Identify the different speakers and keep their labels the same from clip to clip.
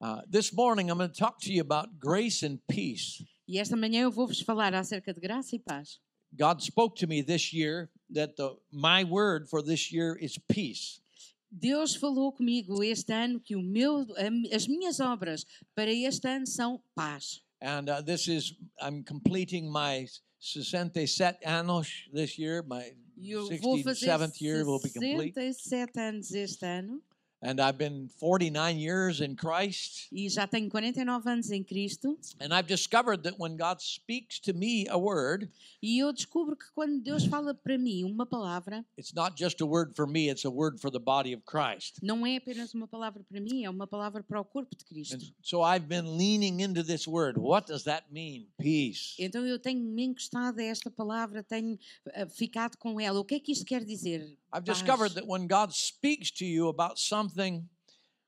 Speaker 1: Uh, this morning, I'm going to talk to you about grace and peace.
Speaker 2: E esta manhã eu vou-vos falar acerca de graça e paz.
Speaker 1: God spoke to me this year that the, my word for this year is peace.
Speaker 2: Deus falou comigo este ano que o meu, a- as minhas obras para este ano são paz.
Speaker 1: And uh, this is, I'm completing my 67 anos this year. My
Speaker 2: E eu vou fazer
Speaker 1: 67th year will be complete.
Speaker 2: 67 anos este ano
Speaker 1: And I've been 49 years in Christ.
Speaker 2: e já tenho 49 anos em Cristo
Speaker 1: And I've discovered that when God speaks to me a word,
Speaker 2: e eu descubro que quando Deus fala para mim uma palavra,
Speaker 1: it's not just a word for me, it's a word for the body of Christ.
Speaker 2: não é apenas uma palavra para mim, é uma palavra para o corpo de
Speaker 1: And
Speaker 2: Cristo.
Speaker 1: so I've been leaning into this word. What does that mean? Peace.
Speaker 2: Então eu tenho me encostado a esta palavra, tenho eh, ficado com ela. O que é que isto quer dizer?
Speaker 1: I've
Speaker 2: paz.
Speaker 1: discovered that when God speaks to you about something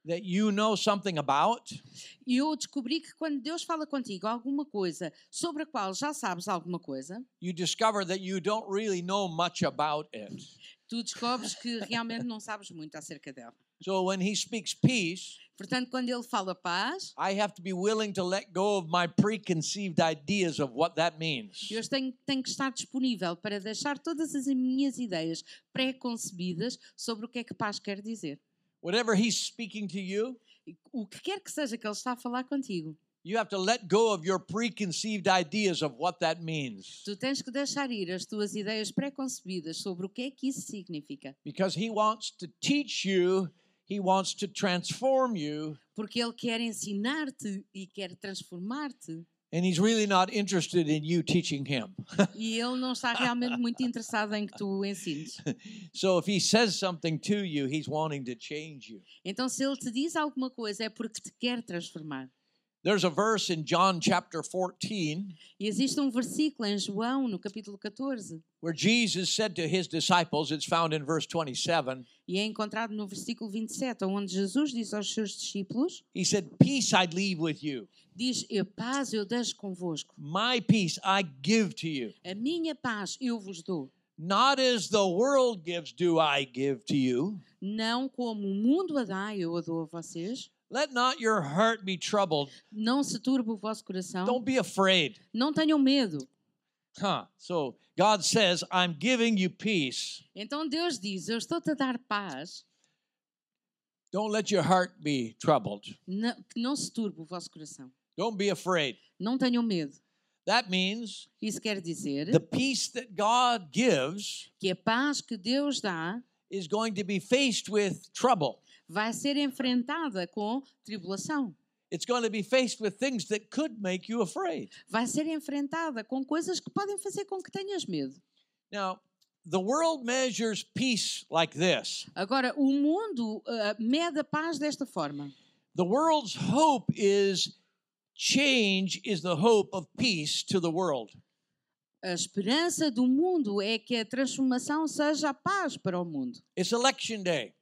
Speaker 1: that you know something about,
Speaker 2: E eu descobri que quando Deus fala contigo alguma coisa sobre a qual já sabes alguma coisa,
Speaker 1: you discover that you don't really know much about it.
Speaker 2: tu descobres que realmente não sabes muito acerca dela.
Speaker 1: So when he speaks peace,
Speaker 2: Portanto, quando ele fala paz,
Speaker 1: I have to be willing to let go of my preconceived ideas of what that means.
Speaker 2: eu tenho, tenho que estar disponível para deixar todas as minhas ideias pré-concebidas sobre o que é que paz quer dizer.
Speaker 1: Whatever he's speaking to you,
Speaker 2: E O que quer que seja que ele está a falar contigo,
Speaker 1: you have to let go of your preconceived ideas of what that means
Speaker 2: tu tens que deixar ir as tuas ideias pré-concebidas sobre o que é que isso significa.
Speaker 1: because he wants to teach you, he wants to transform you,
Speaker 2: Porque ele quer ensinar-te e quer transformar-te
Speaker 1: and he's really not interested in you teaching him.
Speaker 2: E ele não está realmente muito interessado em que tu o ensines.
Speaker 1: So if he says something to you, he's wanting to change you.
Speaker 2: Então, se ele te diz alguma coisa, é porque te quer transformar.
Speaker 1: There's a verse in John chapter 14
Speaker 2: E existe um versículo em João, no capítulo 14,
Speaker 1: where Jesus said to his disciples, it's found in verse 27,
Speaker 2: e é encontrado no versículo 27, onde Jesus diz aos seus discípulos:
Speaker 1: he said, Peace I leave with you,
Speaker 2: Diz, "Eu paz eu deixo convosco,
Speaker 1: my peace I give to you.
Speaker 2: a minha paz eu vos dou.
Speaker 1: Not as the world gives, do I give to you.
Speaker 2: Não como o mundo a dá, eu a dou a vocês.
Speaker 1: Let not your heart be troubled.
Speaker 2: Não se turbe o vosso coração,
Speaker 1: Don't be afraid.
Speaker 2: não tenham medo.
Speaker 1: Huh. So God says, I'm giving you peace.
Speaker 2: Então Deus diz: Eu estou-te a dar paz,
Speaker 1: Don't let your heart be troubled.
Speaker 2: não- que não se turbe o vosso coração.
Speaker 1: Don't be afraid.
Speaker 2: Não tenham medo.
Speaker 1: That means
Speaker 2: Isso quer dizer
Speaker 1: the peace that God gives
Speaker 2: que a paz que Deus dá
Speaker 1: is going to be faced with trouble.
Speaker 2: vai ser enfrentada com tribulação,
Speaker 1: It's going to be faced with things that could make you afraid.
Speaker 2: vai ser enfrentada com coisas que podem fazer com que tenhas medo.
Speaker 1: Now, the world measures peace like this
Speaker 2: Agora, o mundo ah, mede a paz desta forma.
Speaker 1: the world's hope is change is the hope of peace to the world.
Speaker 2: A esperança do mundo é que a transformação seja a paz para o mundo.
Speaker 1: It's election day.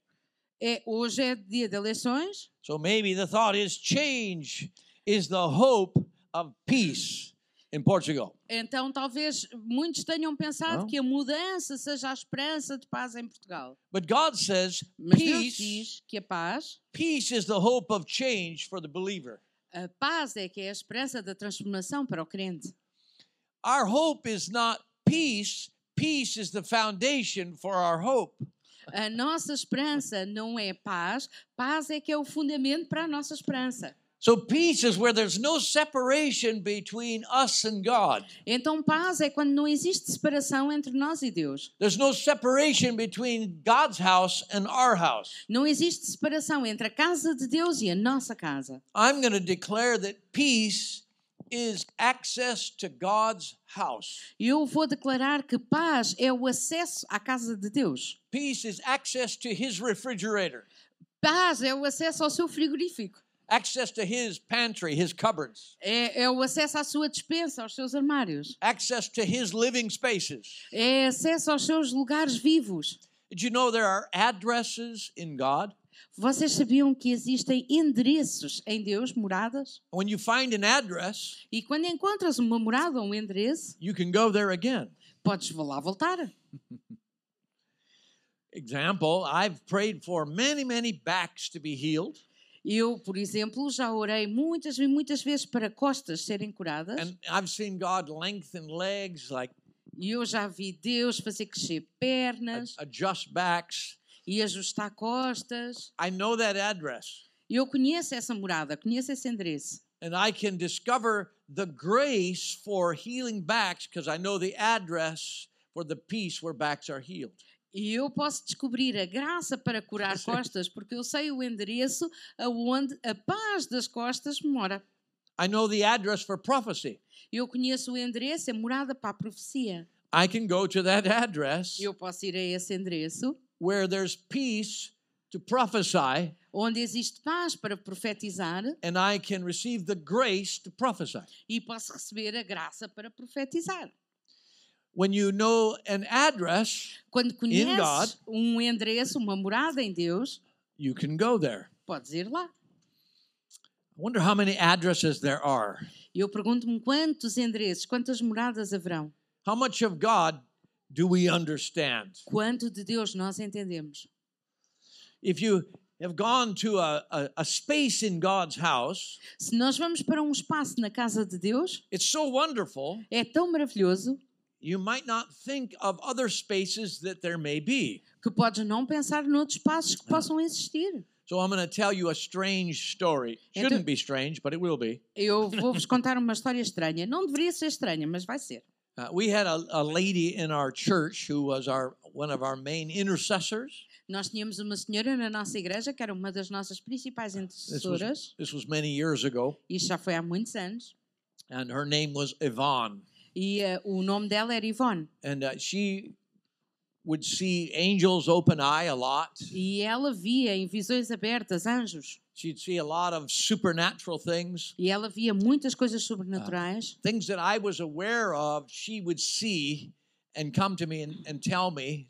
Speaker 2: É, hoje é dia de eleições,
Speaker 1: So maybe the thought is change is the hope of peace in Portugal.
Speaker 2: então talvez muitos tenham pensado
Speaker 1: Não.
Speaker 2: que a mudança seja a esperança de paz em Portugal.
Speaker 1: But God says
Speaker 2: Mas Deus
Speaker 1: peace
Speaker 2: diz que a paz
Speaker 1: peace is the hope of change for the believer.
Speaker 2: A paz é que é a esperança da transformação para o crente.
Speaker 1: Our hope is not peace. Peace is the foundation for our hope.
Speaker 2: A nossa esperança não é paz, paz é que é o fundamento para a nossa esperança.
Speaker 1: So peace is where there's no separation between us and God.
Speaker 2: Então, paz é quando não existe separação entre nós e Deus.
Speaker 1: There's no separation between God's house and our house.
Speaker 2: Não existe separação entre a casa de Deus e a nossa casa.
Speaker 1: I'm going to declare that peace is access to God's house.
Speaker 2: Eu vou declarar que paz é o acesso à casa de Deus.
Speaker 1: Peace is access to his refrigerator,
Speaker 2: Paz é o acesso ao seu frigorífico.
Speaker 1: access to his pantry, his cupboards,
Speaker 2: É, é o acesso à sua despensa, aos seus armários.
Speaker 1: access to his living spaces.
Speaker 2: É acesso aos seus lugares vivos.
Speaker 1: Did you know there are addresses in God?
Speaker 2: Vocês sabiam que existem endereços em Deus, moradas?
Speaker 1: When you find an address,
Speaker 2: E quando encontras uma morada ou um endereço,
Speaker 1: you can go there again.
Speaker 2: podes lá voltar.
Speaker 1: Example, I've prayed for many, many backs to be healed.
Speaker 2: Eu, por exemplo, já orei muitas e muitas vezes para costas serem curadas
Speaker 1: And I've seen God lengthen legs, like
Speaker 2: e eu já vi Deus fazer crescer pernas
Speaker 1: adjust backs.
Speaker 2: e ajustar costas.
Speaker 1: I know that address.
Speaker 2: E Eu conheço essa morada, conheço esse endereço.
Speaker 1: And I can discover the grace for healing backs because I know the address for the piece where backs are healed.
Speaker 2: E eu posso descobrir a graça para curar costas, porque eu sei o endereço aonde a paz das costas mora.
Speaker 1: I know the address for prophecy.
Speaker 2: Eu conheço o endereço, a morada para a profecia.
Speaker 1: I can go to that address
Speaker 2: Eu posso ir a esse endereço,
Speaker 1: where there's peace to prophesy,
Speaker 2: onde existe paz para profetizar,
Speaker 1: and I can receive the grace to prophesy.
Speaker 2: e posso receber a graça para profetizar.
Speaker 1: When you know an address,
Speaker 2: Quando
Speaker 1: God.
Speaker 2: conheces um endereço, uma morada em Deus,
Speaker 1: you can go there.
Speaker 2: podes ir lá.
Speaker 1: I wonder how many addresses there are.
Speaker 2: E eu pergunto-me quantos endereços, quantas moradas haverão?
Speaker 1: How much of God do we understand?
Speaker 2: Quanto de Deus nós entendemos?
Speaker 1: If you have gone to a, a, a space in God's house,
Speaker 2: Se nós vamos para um espaço na casa de Deus,
Speaker 1: it's so wonderful,
Speaker 2: é tão maravilhoso
Speaker 1: you might not think of other spaces that there may be.
Speaker 2: que podes não pensar noutros espaços que possam existir.
Speaker 1: So I'm going to tell you a strange story.
Speaker 2: Yeah,
Speaker 1: Shouldn't
Speaker 2: do-
Speaker 1: be strange, but it will be.
Speaker 2: Eu vou-vos contar uma história estranha. Não deveria ser estranha, mas vai ser.
Speaker 1: Uh, we had a, a lady in our church who was our one of our main intercessors.
Speaker 2: Nós tínhamos uma senhora na nossa igreja que era uma das nossas principais
Speaker 1: This was,
Speaker 2: intercessoras,
Speaker 1: this was many years ago,
Speaker 2: isto já foi há muitos anos,
Speaker 1: and her name was Yvonne.
Speaker 2: e eh, o nome dela era Ivone.
Speaker 1: And uh, she would see angels open eye a lot.
Speaker 2: E ela via em visões abertas anjos,
Speaker 1: She'd see a lot of supernatural things,
Speaker 2: e ela via muitas coisas sobrenaturais,
Speaker 1: things that I was aware of. She would see and come to me and, and tell me,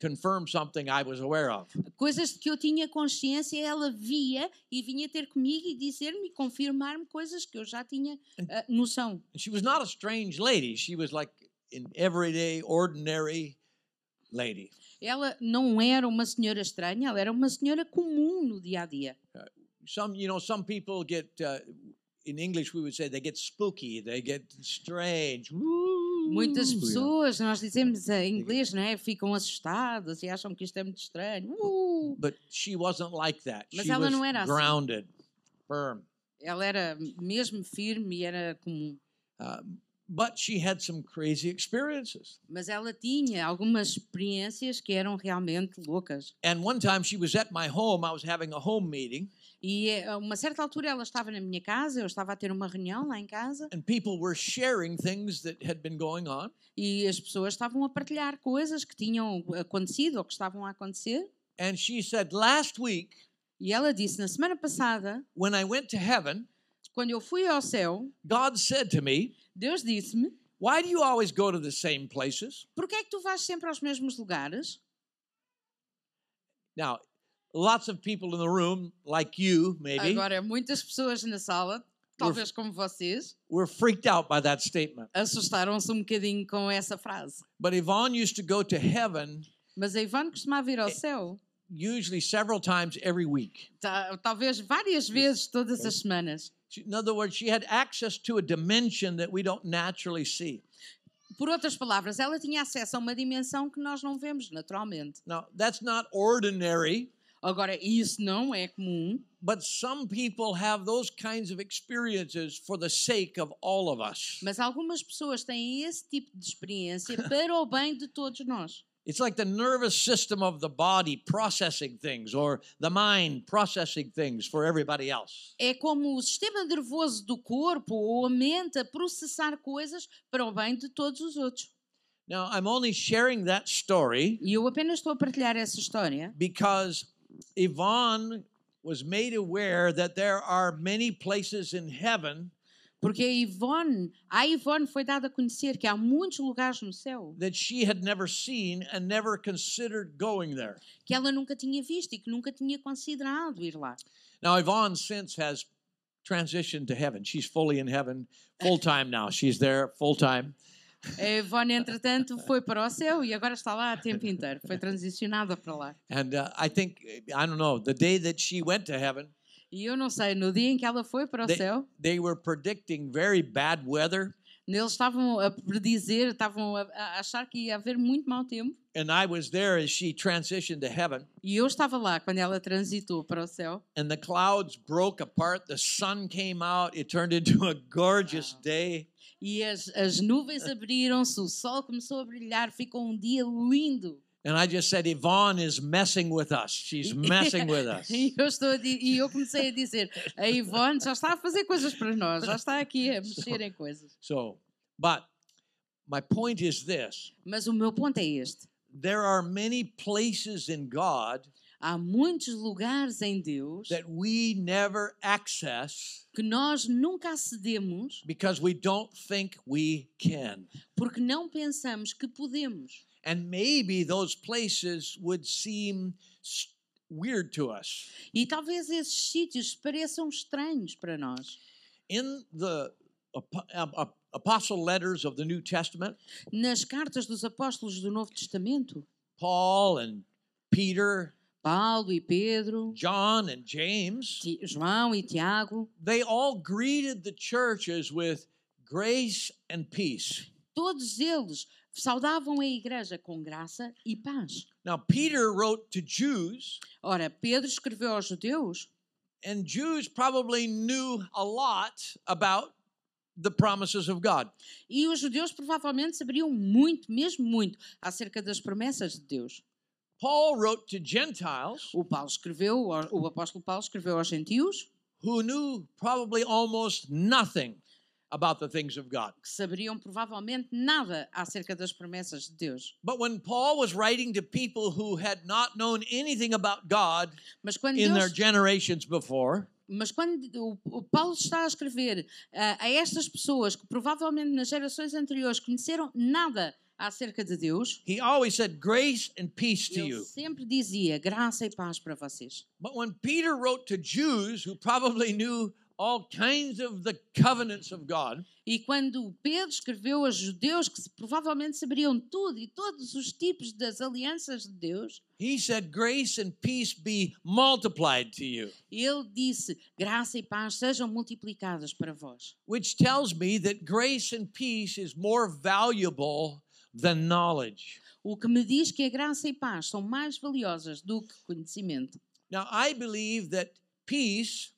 Speaker 1: confirm something I was aware of.
Speaker 2: coisas de que eu tinha consciência, ela via e vinha ter comigo e dizer-me, confirmar-me coisas que eu já tinha eh, noção.
Speaker 1: And she was not a strange lady. She was like an everyday, ordinary lady.
Speaker 2: Ela não era uma senhora estranha, ela era uma senhora comum no dia a dia.
Speaker 1: some you know some people get uh, in english we would say they get spooky they get strange
Speaker 2: Muitas
Speaker 1: Ooh, you know.
Speaker 2: pessoas, nós dizemos em inglês, não é? Ficam assustadas e acham que isto é muito estranho. Uh!
Speaker 1: but she wasn't like that
Speaker 2: Mas
Speaker 1: she
Speaker 2: ela
Speaker 1: was
Speaker 2: não era assim.
Speaker 1: grounded firm
Speaker 2: Ela era mesmo firme e era comum.
Speaker 1: uh, but she had some crazy experiences
Speaker 2: Mas ela tinha algumas experiências que eram realmente loucas.
Speaker 1: and one time she was at my home i was having a home meeting
Speaker 2: E eh, a uma certa altura ela estava na minha casa, eu estava a ter uma reunião lá em casa
Speaker 1: and people were sharing things that had been going on
Speaker 2: e as pessoas estavam a partilhar coisas que tinham acontecido ou que estavam a acontecer.
Speaker 1: and she said last week
Speaker 2: E ela disse: Na semana passada,
Speaker 1: when i went to heaven
Speaker 2: quando eu fui ao céu,
Speaker 1: god said to me
Speaker 2: Deus disse-me:
Speaker 1: why do you always go to the same places
Speaker 2: Porquê é que tu vais sempre aos mesmos lugares?
Speaker 1: Now, lots of people in the room, like you, maybe,
Speaker 2: Agora, muitas pessoas na sala, talvez como vocês,
Speaker 1: were freaked out by that statement.
Speaker 2: assustaram-se um bocadinho com essa frase.
Speaker 1: But Yvonne used to go to heaven
Speaker 2: Mas a Ivone costumava ir ao céu,
Speaker 1: usually several times every week.
Speaker 2: ta- talvez várias vezes todas as semanas.
Speaker 1: She- In other words, she had access to a dimension that we don't naturally see.
Speaker 2: Por outras palavras, ela tinha acesso a uma dimensão que nós não vemos naturalmente.
Speaker 1: Now, that's not ordinary,
Speaker 2: Agora, isso não é comum,
Speaker 1: but some people have those kinds of experiences for the sake of all of us.
Speaker 2: mas algumas pessoas têm esse tipo de experiência para o bem de todos nós.
Speaker 1: It's like the nervous system of the body processing things or the mind processing things for everybody else.
Speaker 2: É como o sistema nervoso do corpo ou a mente a processar coisas para o bem de todos os outros.
Speaker 1: Now, I'm only sharing that story
Speaker 2: E eu apenas estou a partilhar essa história,
Speaker 1: because Yvonne was made aware that there are many places in heaven
Speaker 2: porque a Ivone, a Ivone foi dada a conhecer que há muitos lugares no céu
Speaker 1: that she had never seen and never considered going there.
Speaker 2: que ela nunca tinha visto e que nunca tinha considerado ir lá.
Speaker 1: Now, Yvonne since has transitioned to heaven. She's fully in heaven, full time now. She's there full time.
Speaker 2: A Ivone, entretanto, foi para o céu e agora está lá a tempo inteiro. Foi transicionada para lá.
Speaker 1: And uh, I think, I don't know, the day that she went to heaven,
Speaker 2: E eu não sei, no dia em que ela foi para o
Speaker 1: They-
Speaker 2: céu,
Speaker 1: They were predicting very bad weather,
Speaker 2: eles estavam a predizer, estavam a, a achar que ia haver muito mau tempo.
Speaker 1: and I was there as she transitioned to heaven.
Speaker 2: E eu estava lá quando ela transitou para o céu.
Speaker 1: And the clouds broke apart. The sun came out. It turned into a gorgeous
Speaker 2: Wow.
Speaker 1: day.
Speaker 2: E as, as nuvens abriram-se, o sol começou a brilhar, ficou um dia lindo.
Speaker 1: And I just said, Yvonne is messing with us. She's messing with us.
Speaker 2: E eu, estou a di- e eu comecei a dizer: a Ivone já está a fazer coisas para nós, já está aqui a mexer em coisas.
Speaker 1: So, but my point is this
Speaker 2: Mas o meu ponto é este:
Speaker 1: there are many places in God
Speaker 2: há muitos lugares em Deus
Speaker 1: that we never access
Speaker 2: que nós nunca acedemos
Speaker 1: because we don't think we can.
Speaker 2: porque não pensamos que podemos.
Speaker 1: And maybe those places would seem s- weird to us.
Speaker 2: E talvez esses sítios pareçam estranhos para nós.
Speaker 1: In the apo- ap- ap- apostle letters of the New Testament,
Speaker 2: Nas cartas dos apóstolos do Novo Testamento,
Speaker 1: Paul and Peter,
Speaker 2: Paulo e Pedro,
Speaker 1: John and James,
Speaker 2: Ti- João e Tiago,
Speaker 1: they all greeted the churches with grace and peace.
Speaker 2: todos eles saudavam a igreja com graça e paz.
Speaker 1: Now, Peter wrote to Jews,
Speaker 2: Ora, Pedro escreveu aos judeus
Speaker 1: and Jews probably knew a lot about the promises of God.
Speaker 2: e os judeus provavelmente saberiam muito, mesmo muito, acerca das promessas de Deus.
Speaker 1: Paul wrote to Gentiles
Speaker 2: O Paulo escreveu, ao- o apóstolo Paulo escreveu aos gentios
Speaker 1: who knew probably almost nothing about the things of God.
Speaker 2: que saberiam provavelmente nada acerca das promessas de Deus.
Speaker 1: But when Paul was writing to people who had not known anything about God
Speaker 2: Mas quando,
Speaker 1: in their
Speaker 2: Deus,
Speaker 1: generations before,
Speaker 2: mas quando o, o Paulo está a escrever ah, a estas pessoas que provavelmente nas gerações anteriores conheceram nada acerca de Deus,
Speaker 1: he always said, Grace and peace to
Speaker 2: ele
Speaker 1: you.
Speaker 2: sempre dizia graça e paz para vocês.
Speaker 1: But when Peter wrote to Jews who probably knew all kinds of the covenants of God,
Speaker 2: E quando Pedro escreveu a judeus que se- provavelmente saberiam tudo e todos os tipos das alianças de Deus,
Speaker 1: he said, Grace and peace be multiplied to you,
Speaker 2: ele disse: graça e paz sejam multiplicadas para vós.
Speaker 1: which tells me that grace and peace is more valuable than knowledge.
Speaker 2: O que me diz que a graça e paz são mais valiosas do que conhecimento.
Speaker 1: Now, I believe that peace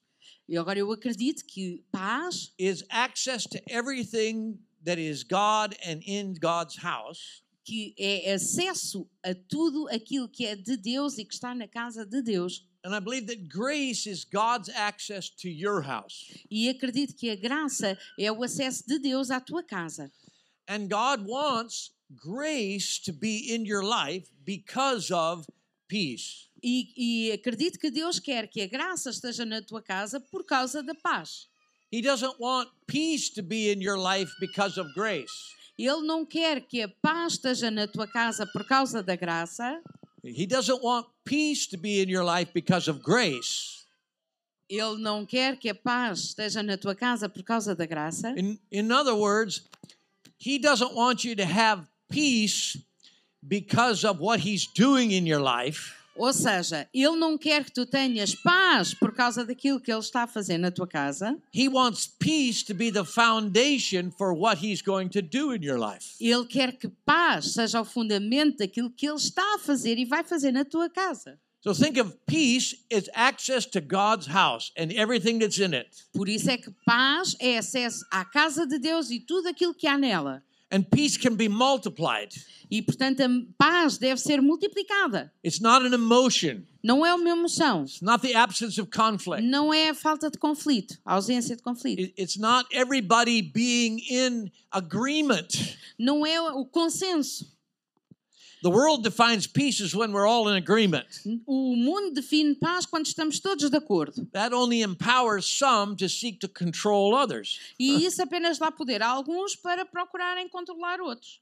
Speaker 2: E agora eu acredito que paz
Speaker 1: is access to everything that is God and in God's house,
Speaker 2: que é acesso a tudo aquilo que é de Deus e que está na casa de Deus.
Speaker 1: and I believe that grace is God's access to your house.
Speaker 2: E acredito que a graça é o acesso de Deus à tua casa.
Speaker 1: And God wants grace to be in your life because of peace.
Speaker 2: E, e acredito que Deus quer que a graça esteja na tua casa por causa da paz.
Speaker 1: He doesn't want peace to be in your life because of grace.
Speaker 2: Ele não quer que a paz esteja na tua casa por causa da graça.
Speaker 1: He doesn't want peace to be in your life because of grace.
Speaker 2: Ele não quer que a paz esteja na tua casa por causa da graça.
Speaker 1: In, in other words, He doesn't want you to have peace because of what He's doing in your life.
Speaker 2: Ou seja, ele não quer que tu tenhas paz por causa daquilo que ele está a fazer na tua casa.
Speaker 1: He wants peace to be the foundation for what He's going to do in your life.
Speaker 2: Ele quer que paz seja o fundamento daquilo que ele está a fazer e vai fazer na tua casa.
Speaker 1: So think of peace as access to God's house and everything that's in it.
Speaker 2: Por isso é que paz é acesso à casa de Deus e tudo aquilo que há nela.
Speaker 1: And peace can be multiplied.
Speaker 2: E, portanto, a paz deve ser multiplicada.
Speaker 1: It's not an emotion,
Speaker 2: Não é uma emoção.
Speaker 1: it's not the absence of conflict.
Speaker 2: Não é a falta de conflito, a ausência de conflito.
Speaker 1: It- It's not everybody being in agreement.
Speaker 2: Não é o consenso.
Speaker 1: The world defines peace as when we're all in agreement.
Speaker 2: O mundo define paz quando estamos todos de acordo.
Speaker 1: That only empowers some to seek to control others
Speaker 2: E isso apenas dá poder a alguns para procurarem controlar outros.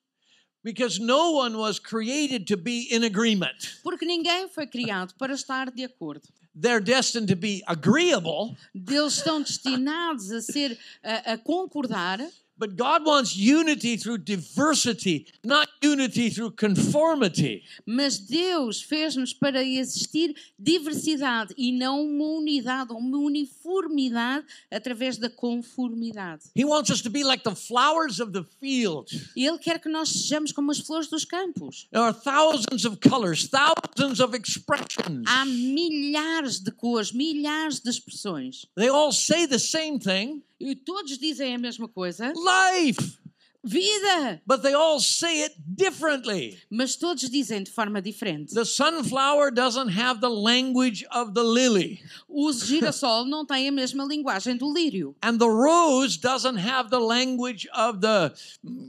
Speaker 1: because no one was created to be in agreement.
Speaker 2: Porque ninguém foi criado para estar de acordo.
Speaker 1: They're destined to be agreeable,
Speaker 2: Eles estão destinados a ser a, a concordar,
Speaker 1: But God wants unity through diversity, not unity through conformity.
Speaker 2: Mas Deus fez-nos para existir diversidade e não uma unidade ou uma uniformidade através da conformidade.
Speaker 1: He wants us to be like the flowers of the field.
Speaker 2: Ele quer que nós sejamos como as flores dos campos.
Speaker 1: There are thousands of colors, thousands of expressions.
Speaker 2: Há milhares de cores, milhares de expressões.
Speaker 1: They all say the same thing
Speaker 2: E todos dizem a mesma coisa:
Speaker 1: life,
Speaker 2: vida!
Speaker 1: but they all say it differently.
Speaker 2: Mas todos dizem de forma diferente.
Speaker 1: The sunflower doesn't have the language of the lily,
Speaker 2: O girassol não tem a mesma linguagem do lírio.
Speaker 1: and the rose doesn't have the language of the,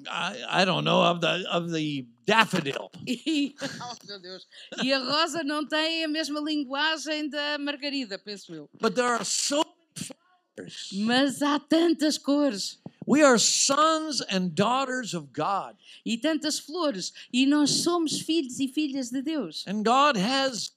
Speaker 1: I, I don't know, of the of the daffodil.
Speaker 2: E, oh, meu Deus. e a rosa não tem a mesma linguagem da margarida, penso eu.
Speaker 1: But there are so many flowers.
Speaker 2: Mas há tantas cores
Speaker 1: We are sons and daughters of God,
Speaker 2: e tantas flores, e nós somos filhos e filhas de Deus.
Speaker 1: and God has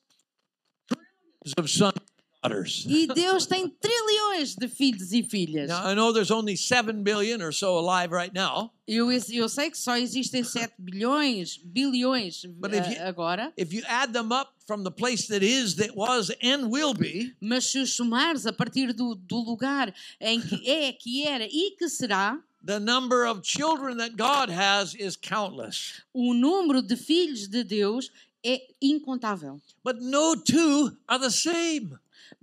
Speaker 1: trillions of sons and daughters.
Speaker 2: E Deus tem trilhões de filhos e filhas.
Speaker 1: Now I know there's only seven billion or so alive right now.
Speaker 2: Eu, eu sei que só existem 7 bilhões, bilhões
Speaker 1: if
Speaker 2: eh,
Speaker 1: you-
Speaker 2: agora,
Speaker 1: If you add them up from the place that is, that was, and will be,
Speaker 2: mas se os somares a partir do, do lugar em que é, que era e que será,
Speaker 1: the number of children that God has is countless.
Speaker 2: o número de filhos de Deus é incontável.
Speaker 1: But no two are the same.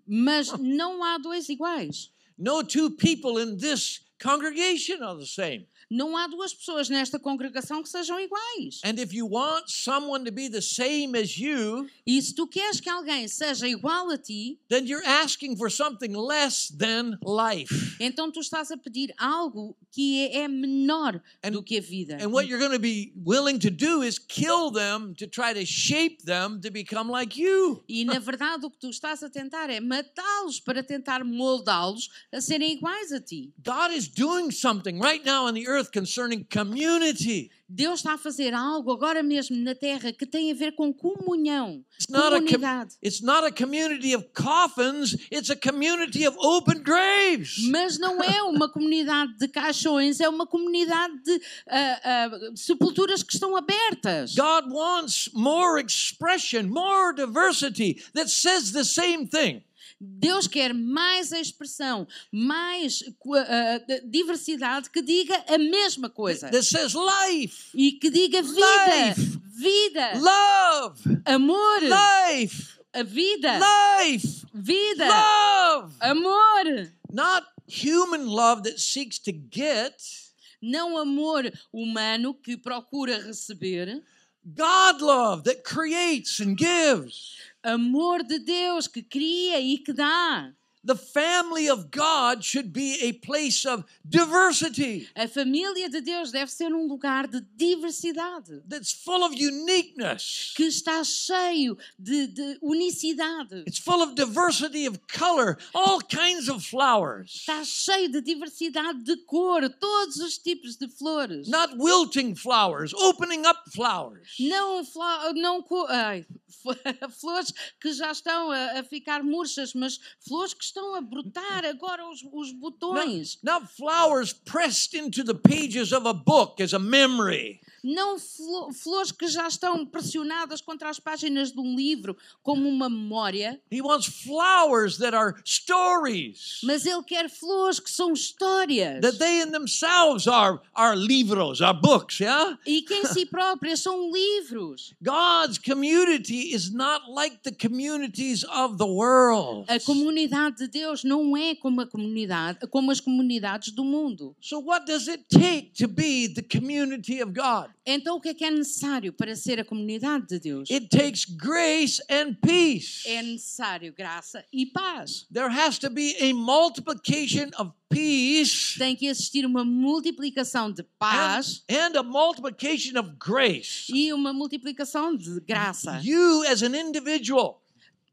Speaker 2: Mas não há dois iguais.
Speaker 1: No two people in this congregation are the same.
Speaker 2: Não há duas pessoas nesta congregação que sejam iguais.
Speaker 1: And if you want someone to be the same as you,
Speaker 2: E se tu queres que alguém seja igual a ti,
Speaker 1: then you're asking for something less than life.
Speaker 2: então tu estás a pedir algo que é é menor
Speaker 1: And-
Speaker 2: do que a vida.
Speaker 1: And what you're going to be willing to do is kill them to try to shape them to become like you.
Speaker 2: E na verdade o que tu estás a tentar é matá-los para tentar moldá-los a serem iguais a ti.
Speaker 1: God is doing something right now on the earth concerning community.
Speaker 2: Deus está a fazer algo agora mesmo na terra que tem a ver com comunhão,
Speaker 1: It's not a com-
Speaker 2: comunidade.
Speaker 1: it's not a community of coffins, it's a community of open graves.
Speaker 2: Mas não é uma comunidade de caixões, é uma comunidade de ah, ah, sepulturas que estão abertas.
Speaker 1: God wants more expression, more diversity that says the same thing.
Speaker 2: Deus quer mais a expressão, mais co- ah, de- diversidade que diga a mesma coisa.
Speaker 1: That says life,
Speaker 2: E que diga
Speaker 1: Life.
Speaker 2: vida, vida,
Speaker 1: love,
Speaker 2: amor,
Speaker 1: life,
Speaker 2: a vida,
Speaker 1: life,
Speaker 2: vida,
Speaker 1: love.
Speaker 2: amor.
Speaker 1: Not human love that seeks to get,
Speaker 2: Não amor humano que procura receber,
Speaker 1: God love that creates and gives.
Speaker 2: amor de Deus que cria e que dá.
Speaker 1: The family of God should be a place of diversity
Speaker 2: A família de Deus deve ser um lugar de diversidade,
Speaker 1: that's full of uniqueness.
Speaker 2: que está cheio de, de unicidade.
Speaker 1: It's full of diversity of color, all kinds of flowers.
Speaker 2: Está cheio de diversidade de cor, todos os tipos de flores.
Speaker 1: Not wilting flowers, opening up flowers.
Speaker 2: Não, fla- não co- ai, flores que já estão a, a ficar murchas, mas flores que estão a brotar agora os, os botões.
Speaker 1: Not flowers pressed into the pages of a book as a memory.
Speaker 2: Não flo- flores que já estão pressionadas contra as páginas de um livro como uma memória,
Speaker 1: He wants flowers that are stories.
Speaker 2: mas ele quer flores que são histórias
Speaker 1: That they in themselves are, are libros, are books, yeah?
Speaker 2: e que em si próprias são livros.
Speaker 1: God's community is not like the communities of the world.
Speaker 2: A comunidade de Deus não é como a comunidade, como as comunidades do mundo.
Speaker 1: So, what does it take to be the community of God?
Speaker 2: Então o que é que é necessário para ser a comunidade de Deus?
Speaker 1: It takes grace and peace.
Speaker 2: É necessário graça e paz.
Speaker 1: There has to be a multiplication of peace
Speaker 2: Tem que existir uma multiplicação de
Speaker 1: and,
Speaker 2: paz
Speaker 1: and a multiplication of grace.
Speaker 2: e uma multiplicação de graça.
Speaker 1: You, as an individual,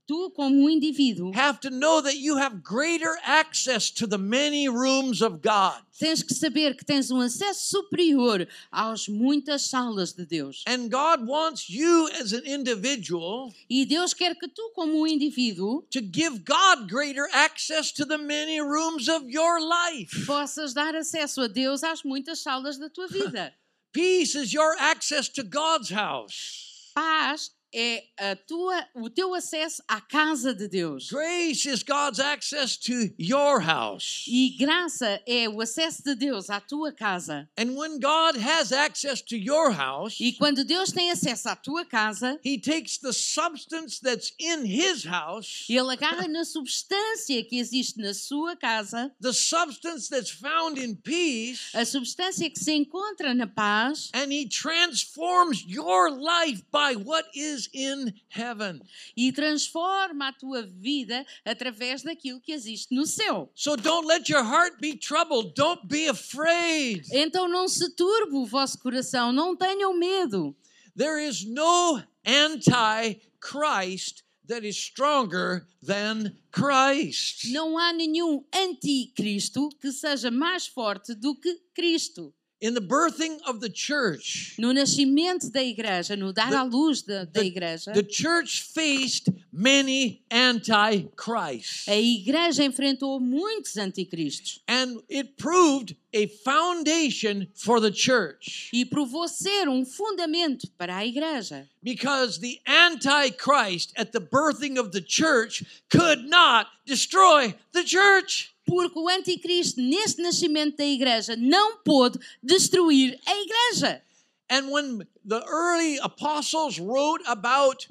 Speaker 2: Tu, como um indivíduo,
Speaker 1: have to know that you have greater access to the many rooms of God.
Speaker 2: tens que saber que tens um acesso superior às muitas salas de Deus.
Speaker 1: And God wants you as an individual
Speaker 2: E Deus quer que tu, como um indivíduo,
Speaker 1: to give God greater access to the many rooms of your life.
Speaker 2: possas dar acesso a Deus às muitas salas da tua vida.
Speaker 1: Peace is your access to God's house.
Speaker 2: Paz é a tua, o teu acesso à casa de Deus.
Speaker 1: Grace is God's access to your house.
Speaker 2: E graça é o acesso de Deus à tua casa.
Speaker 1: And when God has access to your house,
Speaker 2: E quando Deus tem acesso à tua casa,
Speaker 1: He takes the substance that's in His house,
Speaker 2: Ele agarra na substância que existe na sua casa,
Speaker 1: the substance that's found in peace,
Speaker 2: a substância que se encontra na paz,
Speaker 1: and He transforms your life by what is in heaven.
Speaker 2: e transforma a tua vida através daquilo que existe no céu.
Speaker 1: So don't let your heart be troubled. Don't be afraid.
Speaker 2: Então não se turbe o vosso coração, não tenham medo.
Speaker 1: There is no anti Christ that is stronger than Christ.
Speaker 2: Não há nenhum anticristo que seja mais forte do que Cristo.
Speaker 1: In the birthing of the church,
Speaker 2: No nascimento da igreja, no dar
Speaker 1: The-
Speaker 2: à luz da, da igreja,
Speaker 1: the church faced many anti Christs.
Speaker 2: a igreja enfrentou muitos anticristos
Speaker 1: And it proved a foundation for the church
Speaker 2: e provou ser um fundamento para a igreja.
Speaker 1: because the Antichrist at the birthing of the church could not destroy the church.
Speaker 2: Porque o anticristo, neste nascimento da igreja, não pôde destruir a igreja.
Speaker 1: And when the early apostles wrote about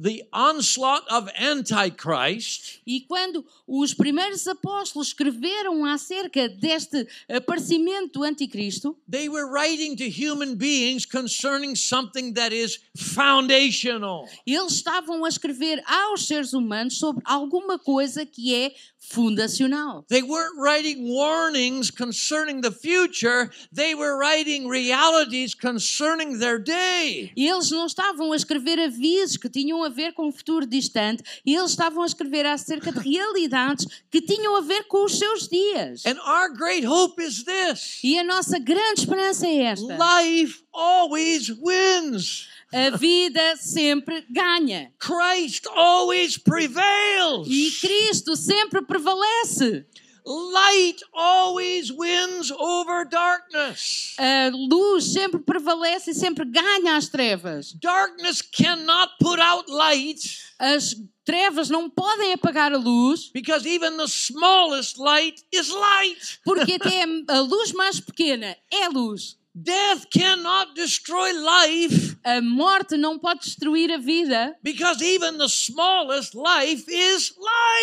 Speaker 1: the onslaught of Antichrist,
Speaker 2: E quando os primeiros apóstolos escreveram acerca deste aparecimento do anticristo,
Speaker 1: they were writing to human beings concerning something that is foundational.
Speaker 2: eles estavam a escrever aos seres humanos sobre alguma coisa que é fundacional.
Speaker 1: They weren't writing warnings concerning the future, they were writing realities concerning their day.
Speaker 2: Eles não estavam a escrever avisos que tinham a ver com o futuro distante, eles estavam a escrever acerca de realidades que tinham a ver com os seus dias.
Speaker 1: And our great hope is this
Speaker 2: E a nossa grande esperança é esta.
Speaker 1: life always wins,
Speaker 2: A vida sempre ganha.
Speaker 1: Christ always prevails,
Speaker 2: E Cristo sempre prevalece.
Speaker 1: light always wins over darkness.
Speaker 2: A luz sempre prevalece e sempre ganha as trevas.
Speaker 1: Darkness cannot put out light
Speaker 2: As trevas não podem apagar a luz,
Speaker 1: because even the smallest light is light.
Speaker 2: porque até a luz mais pequena é luz.
Speaker 1: Death cannot destroy life
Speaker 2: A morte não pode destruir a vida,
Speaker 1: Because even the smallest life is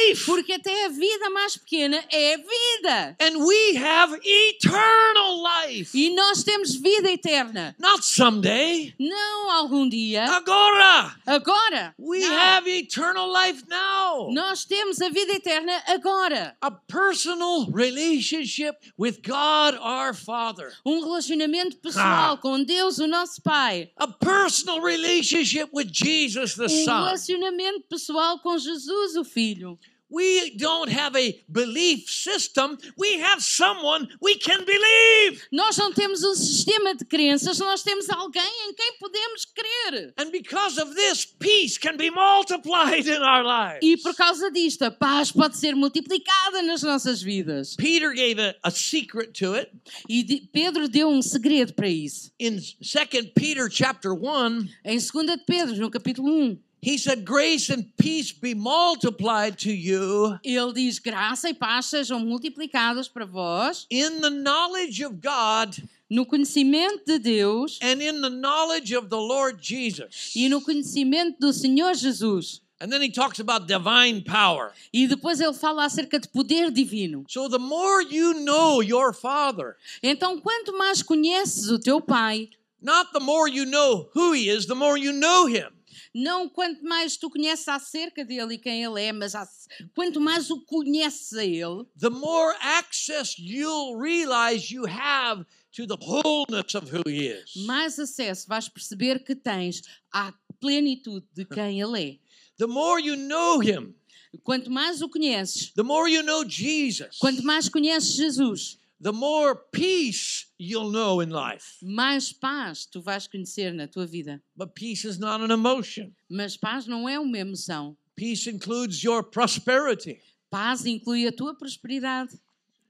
Speaker 1: life.
Speaker 2: porque até a vida mais pequena é vida.
Speaker 1: And we have eternal life.
Speaker 2: E nós temos vida eterna.
Speaker 1: Not someday.
Speaker 2: Não algum dia,
Speaker 1: Agora.
Speaker 2: agora.
Speaker 1: We
Speaker 2: Não.
Speaker 1: have eternal life now.
Speaker 2: Nós temos a vida eterna agora.
Speaker 1: A personal relationship with God our Father.
Speaker 2: Um relacionamento pessoal
Speaker 1: Ah.
Speaker 2: com Deus, o nosso Pai.
Speaker 1: A personal relationship with Jesus the
Speaker 2: Um
Speaker 1: Son.
Speaker 2: relacionamento pessoal com Jesus, o Filho.
Speaker 1: We don't have a belief system. We have someone we can believe.
Speaker 2: Nós não temos um sistema de crenças, nós temos alguém em quem podemos crer.
Speaker 1: And because of this, peace can be multiplied in our lives.
Speaker 2: E por causa disto, a paz pode ser multiplicada nas nossas vidas.
Speaker 1: Peter gave a, a secret to it
Speaker 2: E de- Pedro deu um segredo para isso.
Speaker 1: in Second Peter chapter 1.
Speaker 2: Em 2 de Pedro, no capítulo 1,
Speaker 1: He said, Grace and peace be multiplied to you
Speaker 2: ele diz: Graça e paz sejam multiplicadas para vós
Speaker 1: in the knowledge of God
Speaker 2: no conhecimento de Deus
Speaker 1: and in the knowledge of the Lord Jesus.
Speaker 2: e no conhecimento do Senhor Jesus.
Speaker 1: And then he talks about divine power.
Speaker 2: E depois ele fala acerca de poder divino.
Speaker 1: So the more you know your Father,
Speaker 2: Então, quanto mais conheces o teu Pai,
Speaker 1: not the more you know who he is, the more you know him.
Speaker 2: não quanto mais tu conheces acerca dele e quem ele é, mas ac- quanto mais o conheces a ele,
Speaker 1: The more access you'll realize you have to the wholeness of who he is.
Speaker 2: mais acesso vais perceber que tens à plenitude de quem ele é.
Speaker 1: The more you know him,
Speaker 2: Quanto mais o conheces,
Speaker 1: the more you know Jesus,
Speaker 2: quanto mais conheces Jesus,
Speaker 1: the more peace you'll know in life.
Speaker 2: mais paz tu vais conhecer na tua vida.
Speaker 1: But peace is not an emotion.
Speaker 2: Mas paz não é uma emoção.
Speaker 1: Peace includes your prosperity.
Speaker 2: Paz inclui a tua prosperidade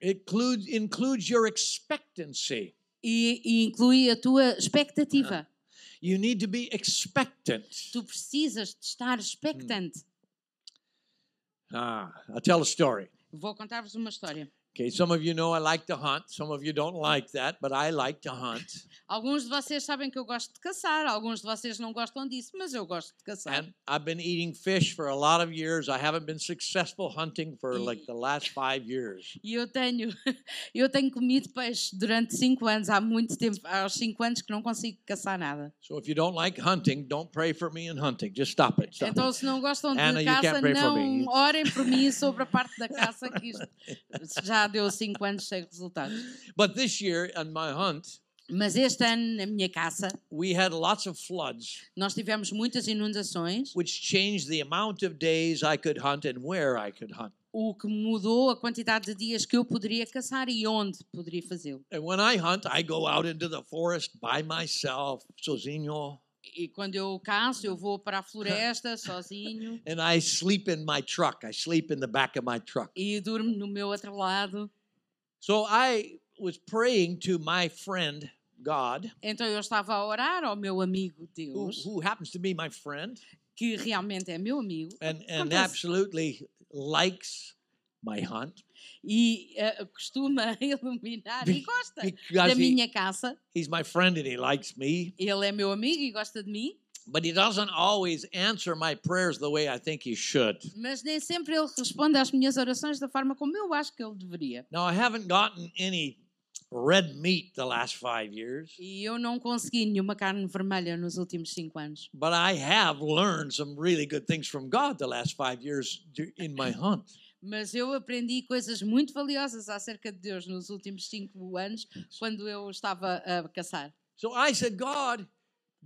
Speaker 1: It includes, includes your expectancy.
Speaker 2: e, e inclui a tua expectativa.
Speaker 1: You need to be expectant.
Speaker 2: Tu precisas de estar expectante.
Speaker 1: Ah, I'll tell a story.
Speaker 2: Vou contar-vos uma história.
Speaker 1: Okay, some of you know I like to hunt. Some of you don't like that, but I like to hunt.
Speaker 2: Alguns de vocês sabem que eu gosto de caçar, alguns de vocês não gostam disso, mas eu gosto de caçar.
Speaker 1: And I've been eating fish for a lot of years. I haven't been successful hunting for like the last five years.
Speaker 2: E eu tenho, eu tenho comido peixe durante cinco anos, há muito tempo, há uns 5 anos que não consigo caçar nada.
Speaker 1: So if you don't like hunting, don't pray for me in hunting. Just stop it. Stop
Speaker 2: Então, se não gostam de
Speaker 1: Ana, you
Speaker 2: caça,
Speaker 1: can't pray for me.
Speaker 2: não orem por mim sobre a parte da caça, que isto já deu cinco anos sem resultados.
Speaker 1: it. But this year on my hunt,
Speaker 2: Mas este ano, na minha caça,
Speaker 1: we had lots of floods,
Speaker 2: nós tivemos muitas inundações,
Speaker 1: which changed the amount of days I could hunt and where I could hunt.
Speaker 2: o que mudou a quantidade de dias que eu poderia caçar e onde poderia fazê-lo.
Speaker 1: And when I hunt, I go out into the forest by myself, sozinho,
Speaker 2: E quando eu caço, eu vou para a floresta sozinho
Speaker 1: and I sleep in my truck. I sleep in the back of my truck.
Speaker 2: e durmo no meu outro lado.
Speaker 1: So I was praying to my friend God,
Speaker 2: Então eu estava a orar ao meu amigo
Speaker 1: who,
Speaker 2: Deus,
Speaker 1: who happens to be my friend
Speaker 2: que realmente é meu amigo,
Speaker 1: and, and
Speaker 2: Acontece.
Speaker 1: absolutely likes my hunt
Speaker 2: e eh, costuma iluminar e gosta da
Speaker 1: because he,
Speaker 2: minha caça.
Speaker 1: he's my friend and he likes me,
Speaker 2: Ele é meu amigo e gosta de mim,
Speaker 1: but he doesn't always answer my prayers the way I think he should.
Speaker 2: mas nem sempre ele responde às minhas orações da forma como eu acho que ele deveria.
Speaker 1: Now, I haven't gotten any red meat the last five years,
Speaker 2: E eu não consegui nenhuma carne vermelha nos últimos cinco anos.
Speaker 1: but I have learned some really good things from God the last five years dur- in my hunt.
Speaker 2: Mas eu aprendi coisas muito valiosas acerca de Deus nos últimos cinco anos, quando eu estava a caçar.
Speaker 1: So I said, God,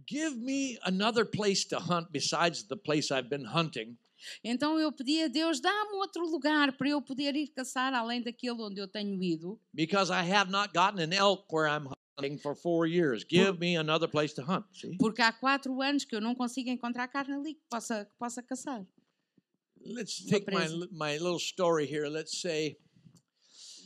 Speaker 1: give me another place to hunt besides the place I've been hunting.
Speaker 2: Então eu pedi a Deus, dá-me outro lugar para eu poder ir caçar além daquele onde eu tenho ido,
Speaker 1: because I have not gotten an elk where I'm hunting for four years. Give me another place to hunt. See?
Speaker 2: porque há quatro anos que eu não consigo encontrar carne ali que possa, que possa caçar.
Speaker 1: Let's take my,
Speaker 2: presa.
Speaker 1: li- my little story here. Let's say,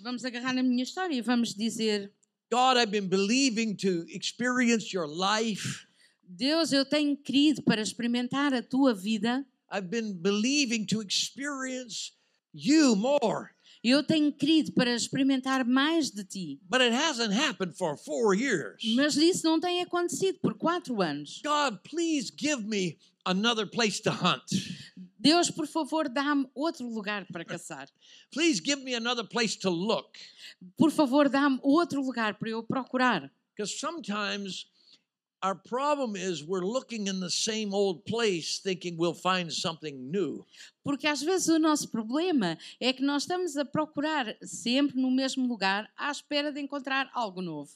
Speaker 2: Vamos agarrar na minha história e vamos dizer:
Speaker 1: God, I've been believing to experience your life.
Speaker 2: Deus, eu tenho querido para experimentar a tua vida,
Speaker 1: I've been believing to experience you more,
Speaker 2: eu tenho querido para experimentar mais de ti.
Speaker 1: but it hasn't happened for four years.
Speaker 2: Mas isso não tem acontecido por quatro anos.
Speaker 1: God, please give me another place to hunt.
Speaker 2: Deus, por favor, dá-me outro lugar para caçar.
Speaker 1: Please give me another place to look.
Speaker 2: Por favor, dá-me outro lugar para eu procurar.
Speaker 1: Because sometimes our problem is we're looking in the same old place thinking we'll find something new.
Speaker 2: Porque às vezes o nosso problema é que nós estamos a procurar sempre no mesmo lugar à espera de encontrar algo novo.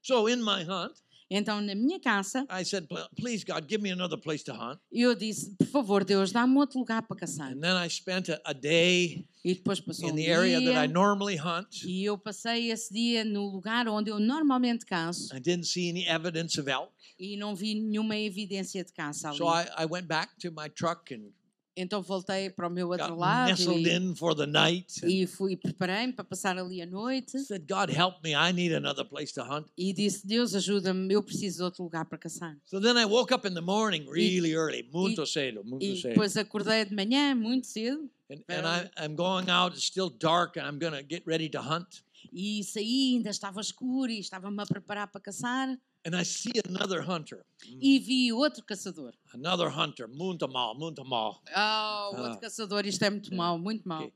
Speaker 1: So in my hunt,
Speaker 2: Então, na minha caça,
Speaker 1: I said, "Pl- Please, God, give me another place to hunt.
Speaker 2: eu disse: Por favor, Deus, dá-me outro lugar para caçar.
Speaker 1: And then I spent a, a day
Speaker 2: E depois passou
Speaker 1: in
Speaker 2: um
Speaker 1: the area that I
Speaker 2: dia
Speaker 1: normally hunt.
Speaker 2: e eu passei esse dia no lugar onde eu normalmente caço
Speaker 1: I didn't see any evidence of elk.
Speaker 2: e não vi nenhuma evidência de caça ali.
Speaker 1: So I, I went back to my truck and
Speaker 2: Então voltei para o meu outro
Speaker 1: got
Speaker 2: lado
Speaker 1: nestled
Speaker 2: e,
Speaker 1: in for the night. And
Speaker 2: e fui preparei-me para passar ali a noite
Speaker 1: said, God, help me. I need another place to hunt.
Speaker 2: e disse Deus ajuda-me, eu preciso de outro lugar para caçar.
Speaker 1: So then I woke up in the morning really early. Muito cedo, muito
Speaker 2: E
Speaker 1: cedo.
Speaker 2: depois acordei de manhã muito cedo
Speaker 1: And, and
Speaker 2: Very-
Speaker 1: I, I'm going out, it's still dark, and I'm going to get ready to hunt.
Speaker 2: e saí, ainda estava escuro e estava-me a preparar para caçar
Speaker 1: And I see another hunter.
Speaker 2: e vi outro caçador.
Speaker 1: Another hunter. Muntamal, Muntamal.
Speaker 2: Ah, o
Speaker 1: Ah.
Speaker 2: outro caçador, isto é muito mau, muito mau.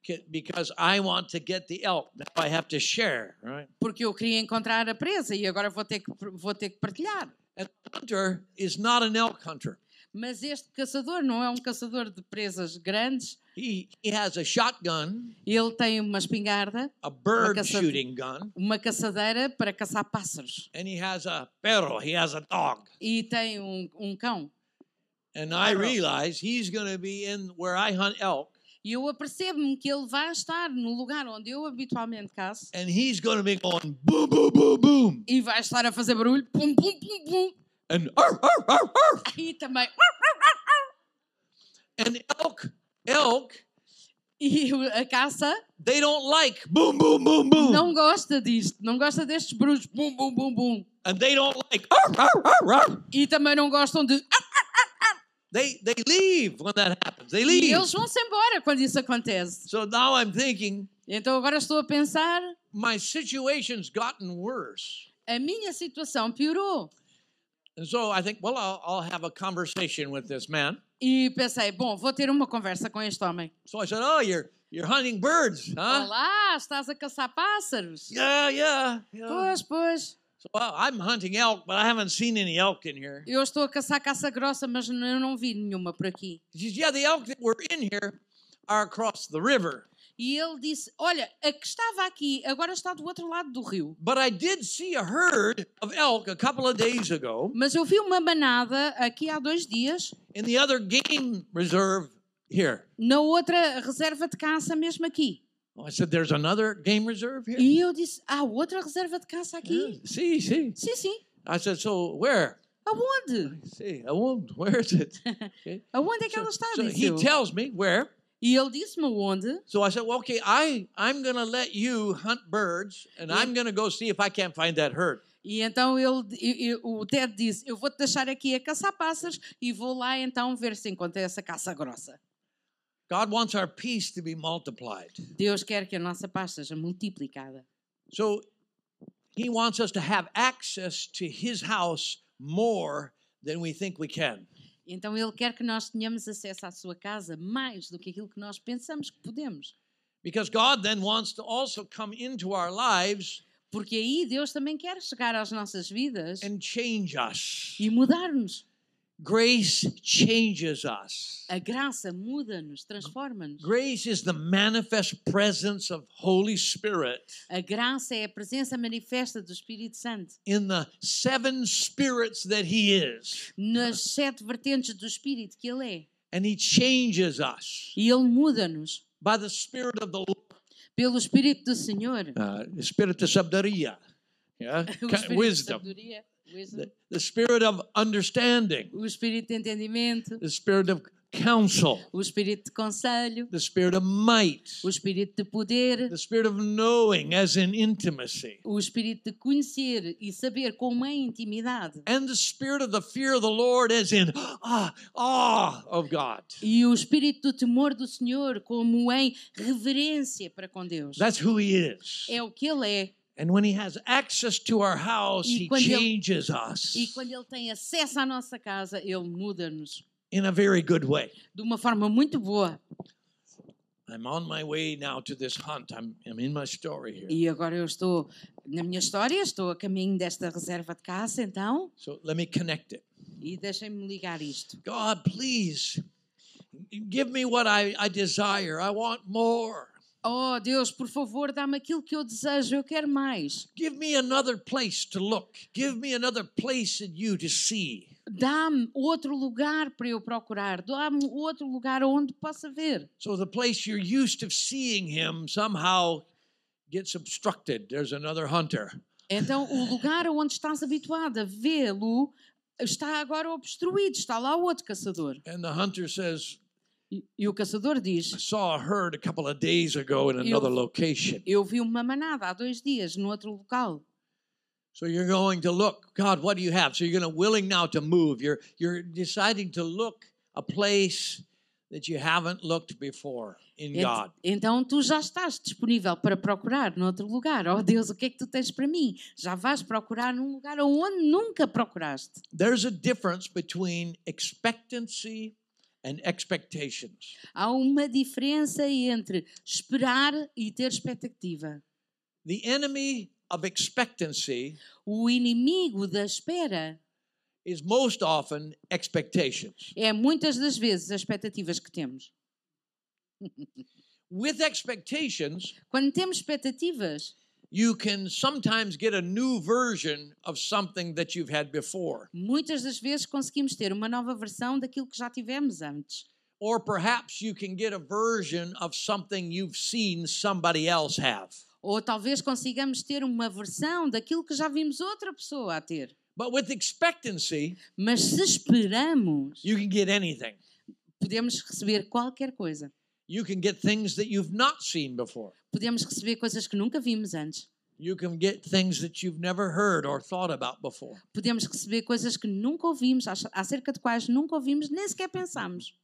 Speaker 1: Ok. K- Because I want to get the elk. Now I have to share, right?
Speaker 2: porque eu queria encontrar a presa e agora vou ter que, vou ter que partilhar.
Speaker 1: And the hunter is not an elk hunter.
Speaker 2: Mas este caçador não é um caçador de presas grandes.
Speaker 1: He, he has a shotgun,
Speaker 2: Ele tem uma espingarda,
Speaker 1: a bird
Speaker 2: caça-
Speaker 1: shooting gun,
Speaker 2: uma caçadeira para caçar pássaros
Speaker 1: and he has a perro. He has a dog.
Speaker 2: e tem um, um cão.
Speaker 1: And I
Speaker 2: Arrow.
Speaker 1: realize he's going to be in where I hunt elk,
Speaker 2: E eu apercebo-me que ele vai estar no lugar onde eu habitualmente caço
Speaker 1: and he's going to be going boom, boom, boom, boom,
Speaker 2: e vai estar a fazer barulho, pum, pum, pum, pum.
Speaker 1: and arf, arf, arf, arf.
Speaker 2: E também.
Speaker 1: and elk, elk,
Speaker 2: E o- a caça
Speaker 1: they don't like boom, boom, boom, boom,
Speaker 2: não gosta disto, não gosta destes barulhos, bum, bum, bum, bum.
Speaker 1: and they don't like arf, arf, arf, arf.
Speaker 2: E também não gostam de. ah,
Speaker 1: They they leave when that happens. They
Speaker 2: E
Speaker 1: leave.
Speaker 2: eles vão-se embora quando isso acontece.
Speaker 1: So now I'm thinking
Speaker 2: Então agora estou a pensar,
Speaker 1: my situation's gotten worse.
Speaker 2: a minha situação piorou.
Speaker 1: And so I think, well, I'll, I'll have a conversation with this man.
Speaker 2: E pensei, bom, vou ter uma conversa com este homem.
Speaker 1: So I said, "Oh, you're you're hunting birds, huh?"
Speaker 2: Olá, estás a caçar pássaros?
Speaker 1: Yeah, yeah. yeah.
Speaker 2: Pois, pois.
Speaker 1: So, well, I'm hunting elk, but I haven't seen any elk in here.
Speaker 2: Eu estou a caçar caça grossa, mas n- eu não vi nenhuma por aqui.
Speaker 1: He says, "Yeah, the elk that were in here are across the river,
Speaker 2: E ele disse: Olha, a que estava aqui agora está do outro lado do rio.
Speaker 1: but I did see a herd of elk a couple of days ago
Speaker 2: Mas eu vi uma manada aqui há dois dias,
Speaker 1: in the other game reserve here."
Speaker 2: na outra reserva de caça, mesmo aqui.
Speaker 1: Well, I said, "There's another game reserve here."
Speaker 2: E eu disse: Há outra reserva de caça
Speaker 1: Yeah,
Speaker 2: aqui?
Speaker 1: see, see.
Speaker 2: Sim, sim.
Speaker 1: I said, "So where?"
Speaker 2: Aonde?
Speaker 1: See, I won't. Where is it? Okay.
Speaker 2: Aonde é que
Speaker 1: So-
Speaker 2: ela está?
Speaker 1: so
Speaker 2: Disse
Speaker 1: he
Speaker 2: eu.
Speaker 1: tells me where.
Speaker 2: E ele disse-me onde.
Speaker 1: So I said, well, okay, I, I'm going to let you hunt birds and I'm going to go see if I can't find that herd.
Speaker 2: E então ele, e- e- o Ted disse: Eu vou-te deixar aqui a caçar pássaros e vou lá então ver se encontro essa caça grossa.
Speaker 1: God wants our peace to be multiplied.
Speaker 2: Deus quer que a nossa paz seja multiplicada.
Speaker 1: So he wants us to have access to his house more than we think we can.
Speaker 2: Então ele quer que nós tenhamos acesso à sua casa mais do que aquilo que nós pensamos que podemos.
Speaker 1: Because God then wants to also come into our lives
Speaker 2: Porque aí Deus também quer chegar às nossas vidas
Speaker 1: and change us.
Speaker 2: e mudar-nos.
Speaker 1: Grace changes us.
Speaker 2: A graça muda-nos, transforma-nos.
Speaker 1: Grace is the manifest presence of Holy Spirit
Speaker 2: A graça é a presença manifesta do Espírito Santo
Speaker 1: in the seven spirits that he is.
Speaker 2: nas sete vertentes do Espírito que ele é.
Speaker 1: and he changes us
Speaker 2: E ele muda-nos
Speaker 1: by the spirit of the Lord.
Speaker 2: pelo Espírito do Senhor.
Speaker 1: Uh, spirit of sabiduría, yeah,
Speaker 2: O
Speaker 1: Ki-
Speaker 2: espírito
Speaker 1: wisdom,
Speaker 2: de sabedoria, wisdom.
Speaker 1: the, the spirit of understanding,
Speaker 2: o espírito de entendimento,
Speaker 1: the spirit of counsel,
Speaker 2: o espírito de conselho,
Speaker 1: the spirit of might,
Speaker 2: o espírito de poder,
Speaker 1: the spirit of knowing as in intimacy,
Speaker 2: o espírito de conhecer e saber como é a intimidade.
Speaker 1: and the spirit of the fear of the Lord as in ah, awe of God.
Speaker 2: E o espírito do temor do Senhor, como em reverência para com Deus.
Speaker 1: That's who he is.
Speaker 2: É o que Ele é.
Speaker 1: And when he has access to our house,
Speaker 2: Y
Speaker 1: he
Speaker 2: cuando-
Speaker 1: changes us
Speaker 2: E quando Ele tem acesso à nossa casa, Ele muda-nos
Speaker 1: in a very good way.
Speaker 2: de uma forma muito boa.
Speaker 1: I'm on my way now to this hunt. I'm, I'm in my story here.
Speaker 2: E agora eu estou, na minha história, estou a caminho desta reserva de caça, então,
Speaker 1: So let me connect it.
Speaker 2: e deixem-me ligar isto.
Speaker 1: God, please give me what I, I desire. I want more.
Speaker 2: Oh Deus, por favor, dá-me aquilo que eu desejo, eu quero mais.
Speaker 1: Give me another place to look. Give me another place in you to see.
Speaker 2: Dá-me outro lugar para eu procurar, dá-me outro lugar onde possa ver.
Speaker 1: So the place you're used to seeing him somehow gets obstructed. There's another hunter.
Speaker 2: Então, o lugar onde estás habituado a vê-lo está agora obstruído, está lá outro caçador.
Speaker 1: And the hunter says,
Speaker 2: E, e o caçador
Speaker 1: I
Speaker 2: diz:
Speaker 1: saw a herd a couple of days ago in another location.
Speaker 2: Eu vi uma manada há dois dias, no outro local.
Speaker 1: So you're going to look, God, what do you have? So you're going to willing now to move. You're you're deciding to look a place that you haven't looked before in
Speaker 2: Ent-
Speaker 1: God.
Speaker 2: Então, tu já estás disponível para procurar noutro lugar. Oh Deus, o que é que tu tens para mim? Já vais procurar num lugar onde nunca procuraste.
Speaker 1: There's a difference between expectancy and expectations.
Speaker 2: Há uma diferença entre esperar e ter expectativa.
Speaker 1: The enemy of expectancy
Speaker 2: O inimigo da espera
Speaker 1: is most often expectations.
Speaker 2: é muitas das vezes as expectativas que temos.
Speaker 1: With expectations,
Speaker 2: Quando temos expectativas,
Speaker 1: you can sometimes get a new version of something that you've had before.
Speaker 2: Muitas das vezes conseguimos ter uma nova versão daquilo que já tivemos antes.
Speaker 1: Or perhaps you can get a version of something you've seen somebody else have.
Speaker 2: Ou talvez consigamos ter uma versão daquilo que já vimos outra pessoa a ter.
Speaker 1: But with expectancy,
Speaker 2: Mas se esperamos,
Speaker 1: you can get anything.
Speaker 2: podemos receber qualquer coisa.
Speaker 1: You can get things that you've not seen before.
Speaker 2: Podemos receber coisas que nunca vimos antes.
Speaker 1: You can get things that you've never heard or thought about before.
Speaker 2: Podemos receber coisas que nunca ouvimos, ace- acerca de quais nunca ouvimos, nem sequer pensámos.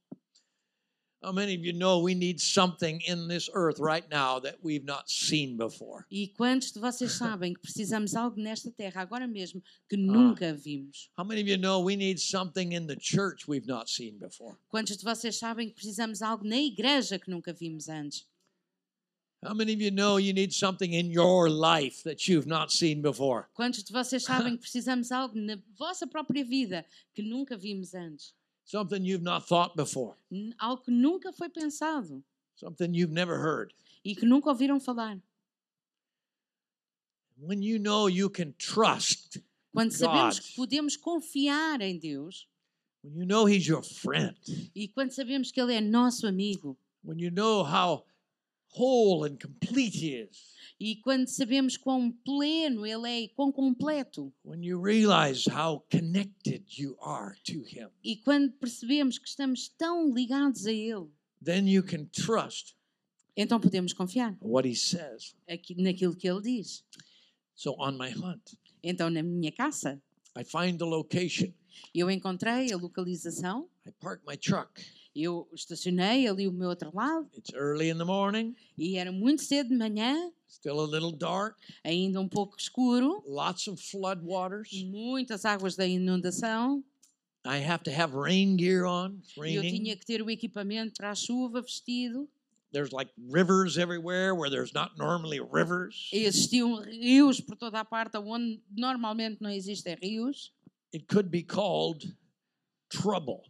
Speaker 1: How many of you know we need something in this earth right now that we've not seen before?
Speaker 2: E quantos de vocês sabem que precisamos de algo nesta terra agora mesmo que nunca vimos?
Speaker 1: How many of you know we need something in the church we've not seen before?
Speaker 2: Quantos de vocês sabem que precisamos de algo na igreja que nunca vimos antes?
Speaker 1: How many of you know you need something in your life that you've not seen before?
Speaker 2: Quantos de vocês sabem que precisamos de algo na vossa própria vida que nunca vimos antes?
Speaker 1: Something you've not thought before.
Speaker 2: N- Algo que nunca foi pensado
Speaker 1: Something you've never heard.
Speaker 2: e que nunca ouviram falar.
Speaker 1: When you know you can trust,
Speaker 2: Quando sabemos
Speaker 1: God.
Speaker 2: que podemos confiar em Deus
Speaker 1: when you know He's your friend,
Speaker 2: e quando sabemos que Ele é nosso amigo
Speaker 1: when you know how whole and complete He is,
Speaker 2: e quando sabemos quão pleno Ele é e quão completo
Speaker 1: when you realize how connected you are to Him,
Speaker 2: e quando percebemos que estamos tão ligados a Ele,
Speaker 1: then you can trust
Speaker 2: então podemos confiar
Speaker 1: what He says.
Speaker 2: aqui- naquilo que Ele diz.
Speaker 1: So on my hunt,
Speaker 2: Então, na minha caça,
Speaker 1: I find the location,
Speaker 2: eu encontrei a localização,
Speaker 1: I park my truck.
Speaker 2: eu estacionei ali o meu outro lado
Speaker 1: It's early in the morning,
Speaker 2: e era muito cedo de manhã,
Speaker 1: still a little dark,
Speaker 2: ainda um pouco escuro,
Speaker 1: lots of
Speaker 2: Mm.
Speaker 1: floodwaters.
Speaker 2: muitas águas da inundação.
Speaker 1: I have to have rain gear on. It's
Speaker 2: e Eu
Speaker 1: raining.
Speaker 2: tinha que ter o equipamento para a chuva vestido.
Speaker 1: There's like rivers everywhere where there's not normally rivers.
Speaker 2: Existiam rios por toda a parte, onde normalmente não existem rios.
Speaker 1: It could be called trouble.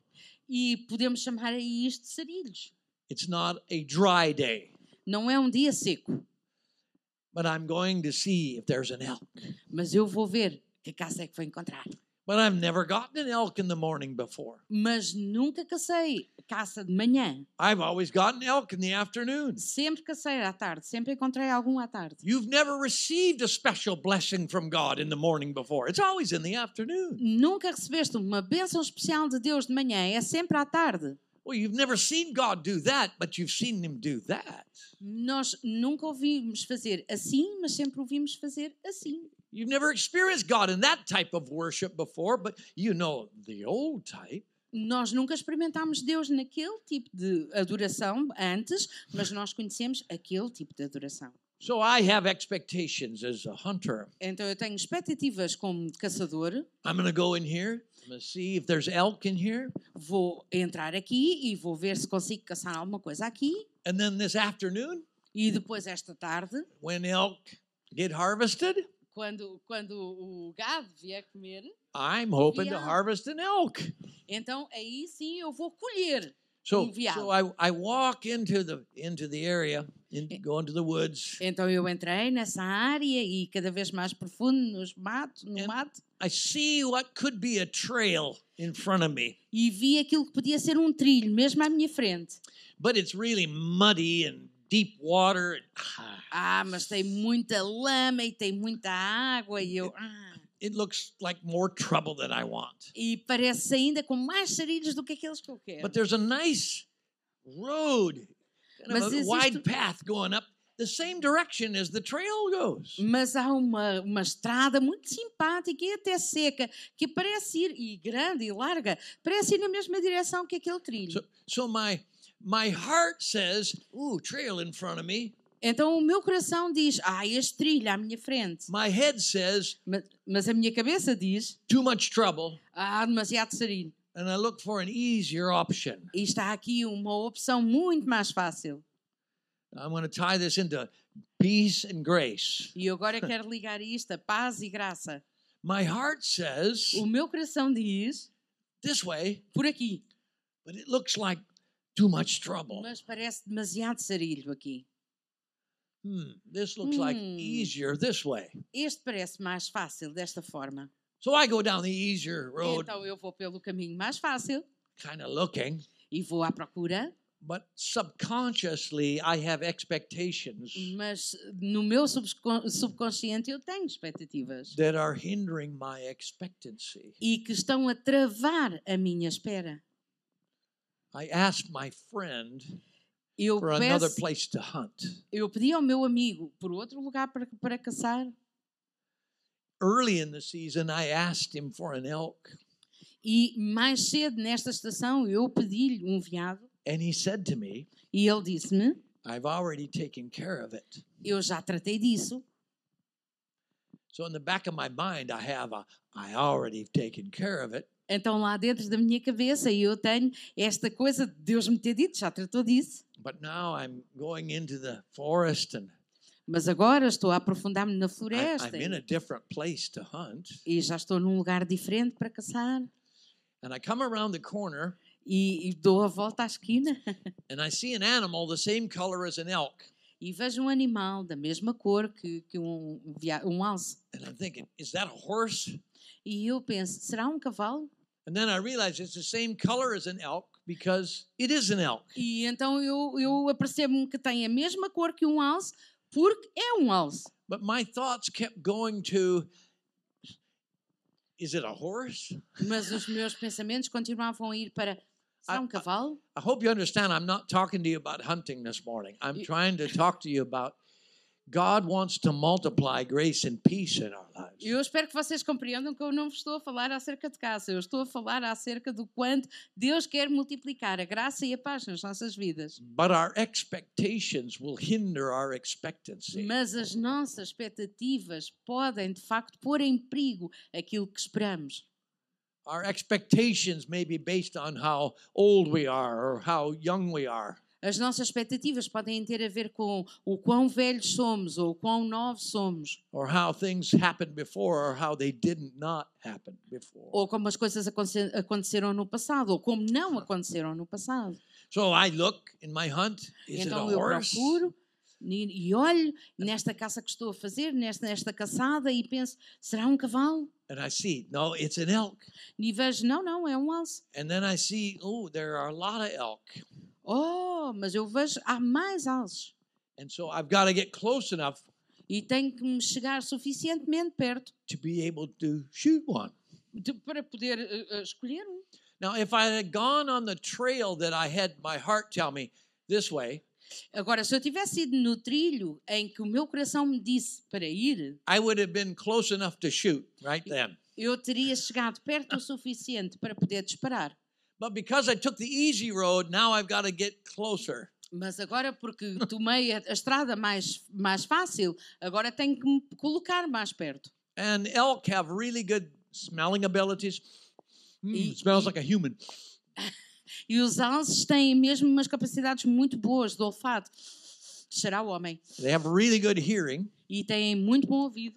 Speaker 2: E podemos chamar a isto de sarilhos.
Speaker 1: It's not a dry day,
Speaker 2: Não é um dia seco,
Speaker 1: but I'm going to see if there's an elk.
Speaker 2: mas eu vou ver que caça é que vou encontrar.
Speaker 1: But I've never gotten an elk in the morning before.
Speaker 2: Mas nunca cacei caça de manhã.
Speaker 1: I've always gotten elk in the afternoon.
Speaker 2: Sempre cacei à tarde, sempre encontrei algum à tarde.
Speaker 1: You've never received a special blessing from God in the morning before. It's always in the afternoon.
Speaker 2: Nunca recebeste uma bênção especial de Deus de manhã, é sempre à tarde.
Speaker 1: Well, you've never seen God do that, but you've seen Him do that.
Speaker 2: Nós nunca ouvimos fazer assim, mas sempre ouvimos fazer assim.
Speaker 1: You've never experienced God in that type of worship before, but you know the old type.
Speaker 2: Nós nunca experimentámos Deus naquele tipo de adoração antes, mas nós conhecemos aquele tipo de adoração.
Speaker 1: So I have expectations as a hunter.
Speaker 2: Então eu tenho expectativas como caçador,
Speaker 1: I'm going to go in here. I'm going to see if there's elk in here.
Speaker 2: vou entrar aqui e vou ver se consigo caçar alguma coisa aqui.
Speaker 1: And then this afternoon,
Speaker 2: E depois esta tarde,
Speaker 1: when elk get harvested,
Speaker 2: quando, quando o gado vier comer,
Speaker 1: I'm hoping to
Speaker 2: Yeah.
Speaker 1: harvest an elk.
Speaker 2: então aí sim eu vou colher.
Speaker 1: So,
Speaker 2: Um veado.
Speaker 1: so I, I walk into the into the area, in, go into the woods.
Speaker 2: Então eu entrei nessa área e cada vez mais profundo nos mato, no
Speaker 1: And-
Speaker 2: mato
Speaker 1: I see what could be a trail in front of me,
Speaker 2: e vi aquilo que podia ser um trilho mesmo à minha frente.
Speaker 1: but it's really muddy and deep water. And,
Speaker 2: Ah, mas tem muita lama e tem muita água e eu ah,
Speaker 1: it looks like more trouble than I want.
Speaker 2: e parece ainda com mais sarilhos do que aqueles que eu quero.
Speaker 1: But there's a nice road, kind
Speaker 2: Mas
Speaker 1: of a
Speaker 2: existe- um
Speaker 1: wide path going up the same direction as the trail goes.
Speaker 2: Mas há uma, uma estrada muito simpática e até seca que parece ir, e grande e larga, parece ir na mesma direção que aquele trilho.
Speaker 1: So, so my my heart says, "Ooh, trail in front of me."
Speaker 2: Então o meu coração diz: Ah, este trilho à minha frente.
Speaker 1: My head says,
Speaker 2: Ma- Mas, a minha cabeça diz:
Speaker 1: "Too much trouble."
Speaker 2: Ah, demasiado sarilho.
Speaker 1: and I look for an easier option.
Speaker 2: E está aqui uma opção muito mais fácil.
Speaker 1: I'm going to tie this into peace and grace.
Speaker 2: E eu agora quero ligar isto a paz e graça.
Speaker 1: My heart says
Speaker 2: O meu coração diz:
Speaker 1: this way,
Speaker 2: Por aqui.
Speaker 1: but it looks like too much trouble.
Speaker 2: Mas parece demasiado sarilho aqui.
Speaker 1: hmm, this looks like
Speaker 2: Hmm.
Speaker 1: easier this way.
Speaker 2: Este parece mais fácil desta forma.
Speaker 1: So I go down the easier road,
Speaker 2: Então eu vou pelo caminho mais fácil
Speaker 1: kind of looking,
Speaker 2: e vou à procura,
Speaker 1: but subconsciously I have expectations
Speaker 2: mas no meu subcon- subconsciente eu tenho expectativas
Speaker 1: that are hindering my expectancy.
Speaker 2: e que estão a travar a minha espera.
Speaker 1: I asked my friend
Speaker 2: Eu,
Speaker 1: for another
Speaker 2: peço,
Speaker 1: place to hunt.
Speaker 2: eu pedi ao meu amigo por outro lugar para, para caçar
Speaker 1: Early in the season, I asked him for an elk,
Speaker 2: e mais cedo nesta estação eu pedi-lhe um veado
Speaker 1: and he said to me,
Speaker 2: e ele disse-me:
Speaker 1: I've already taken care of it.
Speaker 2: Eu já tratei disso.
Speaker 1: So in the back of my mind, I have a, I already taken care of it.
Speaker 2: Então lá dentro da minha cabeça eu tenho esta coisa de Deus me ter dito, já tratou disso.
Speaker 1: But now I'm going into the forest and
Speaker 2: Mas agora estou a aprofundar-me na
Speaker 1: I,
Speaker 2: floresta
Speaker 1: I'm in a different place to hunt.
Speaker 2: e já estou num lugar diferente para caçar.
Speaker 1: And I come around the corner
Speaker 2: E, e dou a volta à esquina
Speaker 1: and I see an animal the same color as an elk.
Speaker 2: e vejo um animal da mesma cor que, que um, via- um alce.
Speaker 1: And I'm thinking, is that a horse?
Speaker 2: E eu penso, será um cavalo?
Speaker 1: And then I realize it's the same color as an elk because it is an elk.
Speaker 2: E então eu, eu apercebo-me que tem a mesma cor que um alce, porque é um alce.
Speaker 1: But my thoughts kept going to, is it a horse?
Speaker 2: Mas os meus pensamentos continuavam a ir para, será
Speaker 1: Ah,
Speaker 2: um
Speaker 1: ah.
Speaker 2: cavalo?
Speaker 1: I hope you understand I'm not talking to you about hunting this morning. I'm
Speaker 2: Y-
Speaker 1: trying to talk to you about God wants to multiply grace and peace in our lives.
Speaker 2: Eu espero que vocês compreendam que eu não vos estou a falar acerca de caça, eu estou a falar acerca do quanto Deus quer multiplicar a graça e a paz nas nossas vidas.
Speaker 1: But our expectations will hinder our expectancy.
Speaker 2: Mas as nossas expectativas podem, de facto, pôr em perigo aquilo que esperamos.
Speaker 1: Our expectations may be based on how old we are or how young we are.
Speaker 2: As nossas expectativas podem ter a ver com o quão velhos somos ou o quão novos somos,
Speaker 1: Or how things happened before, or how they didn't not happen before.
Speaker 2: ou como as coisas aconte- aconteceram no passado, ou como não aconteceram no passado.
Speaker 1: So I look in my hunt. Is it a
Speaker 2: então eu
Speaker 1: horse?
Speaker 2: procuro e e olho nesta caça que estou a fazer, nesta, nesta caçada, e penso: será um cavalo?
Speaker 1: And I see, no, it's an elk.
Speaker 2: E vejo: não, não, é um alce.
Speaker 1: And then I see, oh, there are a lot of elk.
Speaker 2: Oh, mas eu vejo: há mais alces.
Speaker 1: And so I've got to get close enough
Speaker 2: E tenho que me chegar suficientemente perto
Speaker 1: to be able to shoot one.
Speaker 2: de- para poder eh, eh, escolher um.
Speaker 1: Now, if I had gone on the trail that I had my heart tell me this way,
Speaker 2: Agora, se eu tivesse ido no trilho em que o meu coração me disse para ir,
Speaker 1: I would have been close enough to shoot right then.
Speaker 2: eu teria chegado perto o suficiente para poder disparar.
Speaker 1: But because I took the easy road, now I've got to get closer.
Speaker 2: Mas agora, porque tomei a, a estrada mais, mais fácil, agora tenho que me colocar mais perto.
Speaker 1: And elk have really good smelling abilities. Mm,
Speaker 2: Y-
Speaker 1: smells
Speaker 2: y-
Speaker 1: like a human.
Speaker 2: E os alces têm mesmo umas capacidades muito boas de olfato. Será o homem.
Speaker 1: They have really good hearing.
Speaker 2: E têm muito bom ouvido.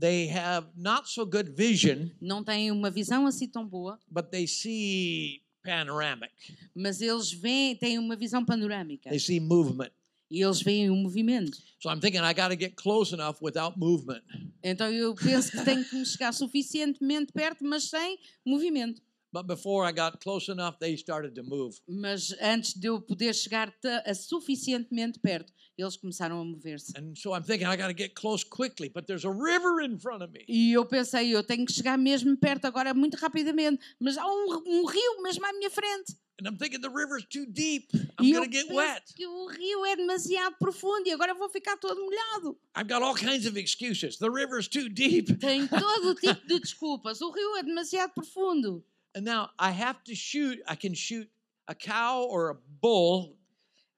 Speaker 1: They have not so good vision,
Speaker 2: Não têm uma visão assim tão boa,
Speaker 1: but they see panoramic.
Speaker 2: mas eles veem, têm uma visão panorâmica.
Speaker 1: They see movement.
Speaker 2: E eles veem o movimento.
Speaker 1: So I'm thinking I got to get close enough without movement.
Speaker 2: Então eu penso que tenho que me chegar suficientemente perto, mas sem movimento.
Speaker 1: But before I got close enough, they started to move.
Speaker 2: Mas antes de eu poder chegar ta- a suficientemente perto, eles começaram a mover-se.
Speaker 1: And so I'm thinking I got to get close quickly, but there's a river in front of me.
Speaker 2: E eu pensei, eu tenho que chegar mesmo perto agora, muito rapidamente. Mas há um, um rio mesmo à minha frente.
Speaker 1: And I'm thinking the river's too deep.
Speaker 2: e
Speaker 1: I'm
Speaker 2: eu
Speaker 1: going to get
Speaker 2: penso
Speaker 1: wet.
Speaker 2: que o rio é demasiado profundo e agora vou ficar todo molhado.
Speaker 1: I've got all kinds of excuses. The river's too deep.
Speaker 2: Tenho todo o tipo de desculpas. O rio é demasiado profundo.
Speaker 1: And now I have to shoot. I can shoot a cow or a bull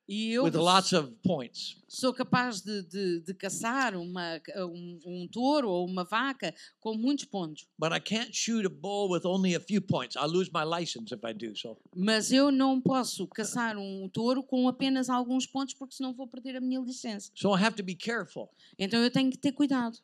Speaker 2: E eu
Speaker 1: with lots of points.
Speaker 2: sou capaz de, de- de caçar uma, um, um touro ou uma vaca com muitos pontos.
Speaker 1: But I can't shoot a bull with only a few points. I'll lose my license if I do so.
Speaker 2: Mas eu não posso caçar um touro com apenas alguns pontos, porque senão vou perder a minha licença.
Speaker 1: So I have to be careful.
Speaker 2: Então eu tenho que ter cuidado.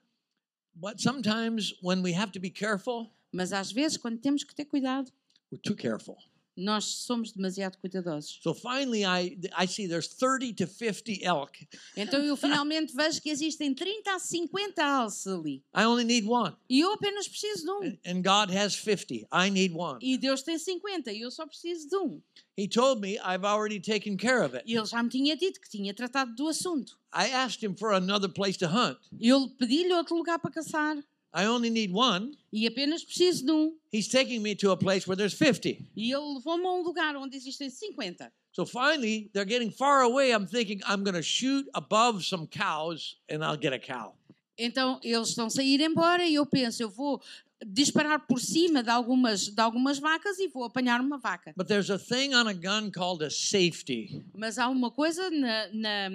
Speaker 1: But sometimes when we have to be careful,
Speaker 2: Mas às vezes, quando temos que ter cuidado,
Speaker 1: we're too careful.
Speaker 2: Nós somos demasiado cuidadosos.
Speaker 1: So finally, I I see there's 30 to 50 elk.
Speaker 2: Então eu finalmente vejo que existem 30 a 50 alces ali.
Speaker 1: I only need one,
Speaker 2: E eu apenas preciso de um.
Speaker 1: and, and God has 50. I need one.
Speaker 2: E Deus tem 50 e eu só preciso de um.
Speaker 1: He told me I've already taken care of it.
Speaker 2: E ele já me tinha dito que tinha tratado do assunto.
Speaker 1: I asked him for another place to hunt.
Speaker 2: Eu pedi-lhe outro lugar para caçar
Speaker 1: I only need one.
Speaker 2: e apenas preciso de um.
Speaker 1: He's taking me to a place where there's 50.
Speaker 2: E ele levou-me a um lugar onde existem 50.
Speaker 1: So finally, they're getting far away. I'm thinking I'm going to shoot above some cows and I'll get a cow.
Speaker 2: Então eles estão a sair embora e eu penso, eu vou disparar por cima de algumas, de algumas vacas e vou apanhar uma vaca.
Speaker 1: But there's a thing on a gun called a safety.
Speaker 2: Mas há uma coisa na- na-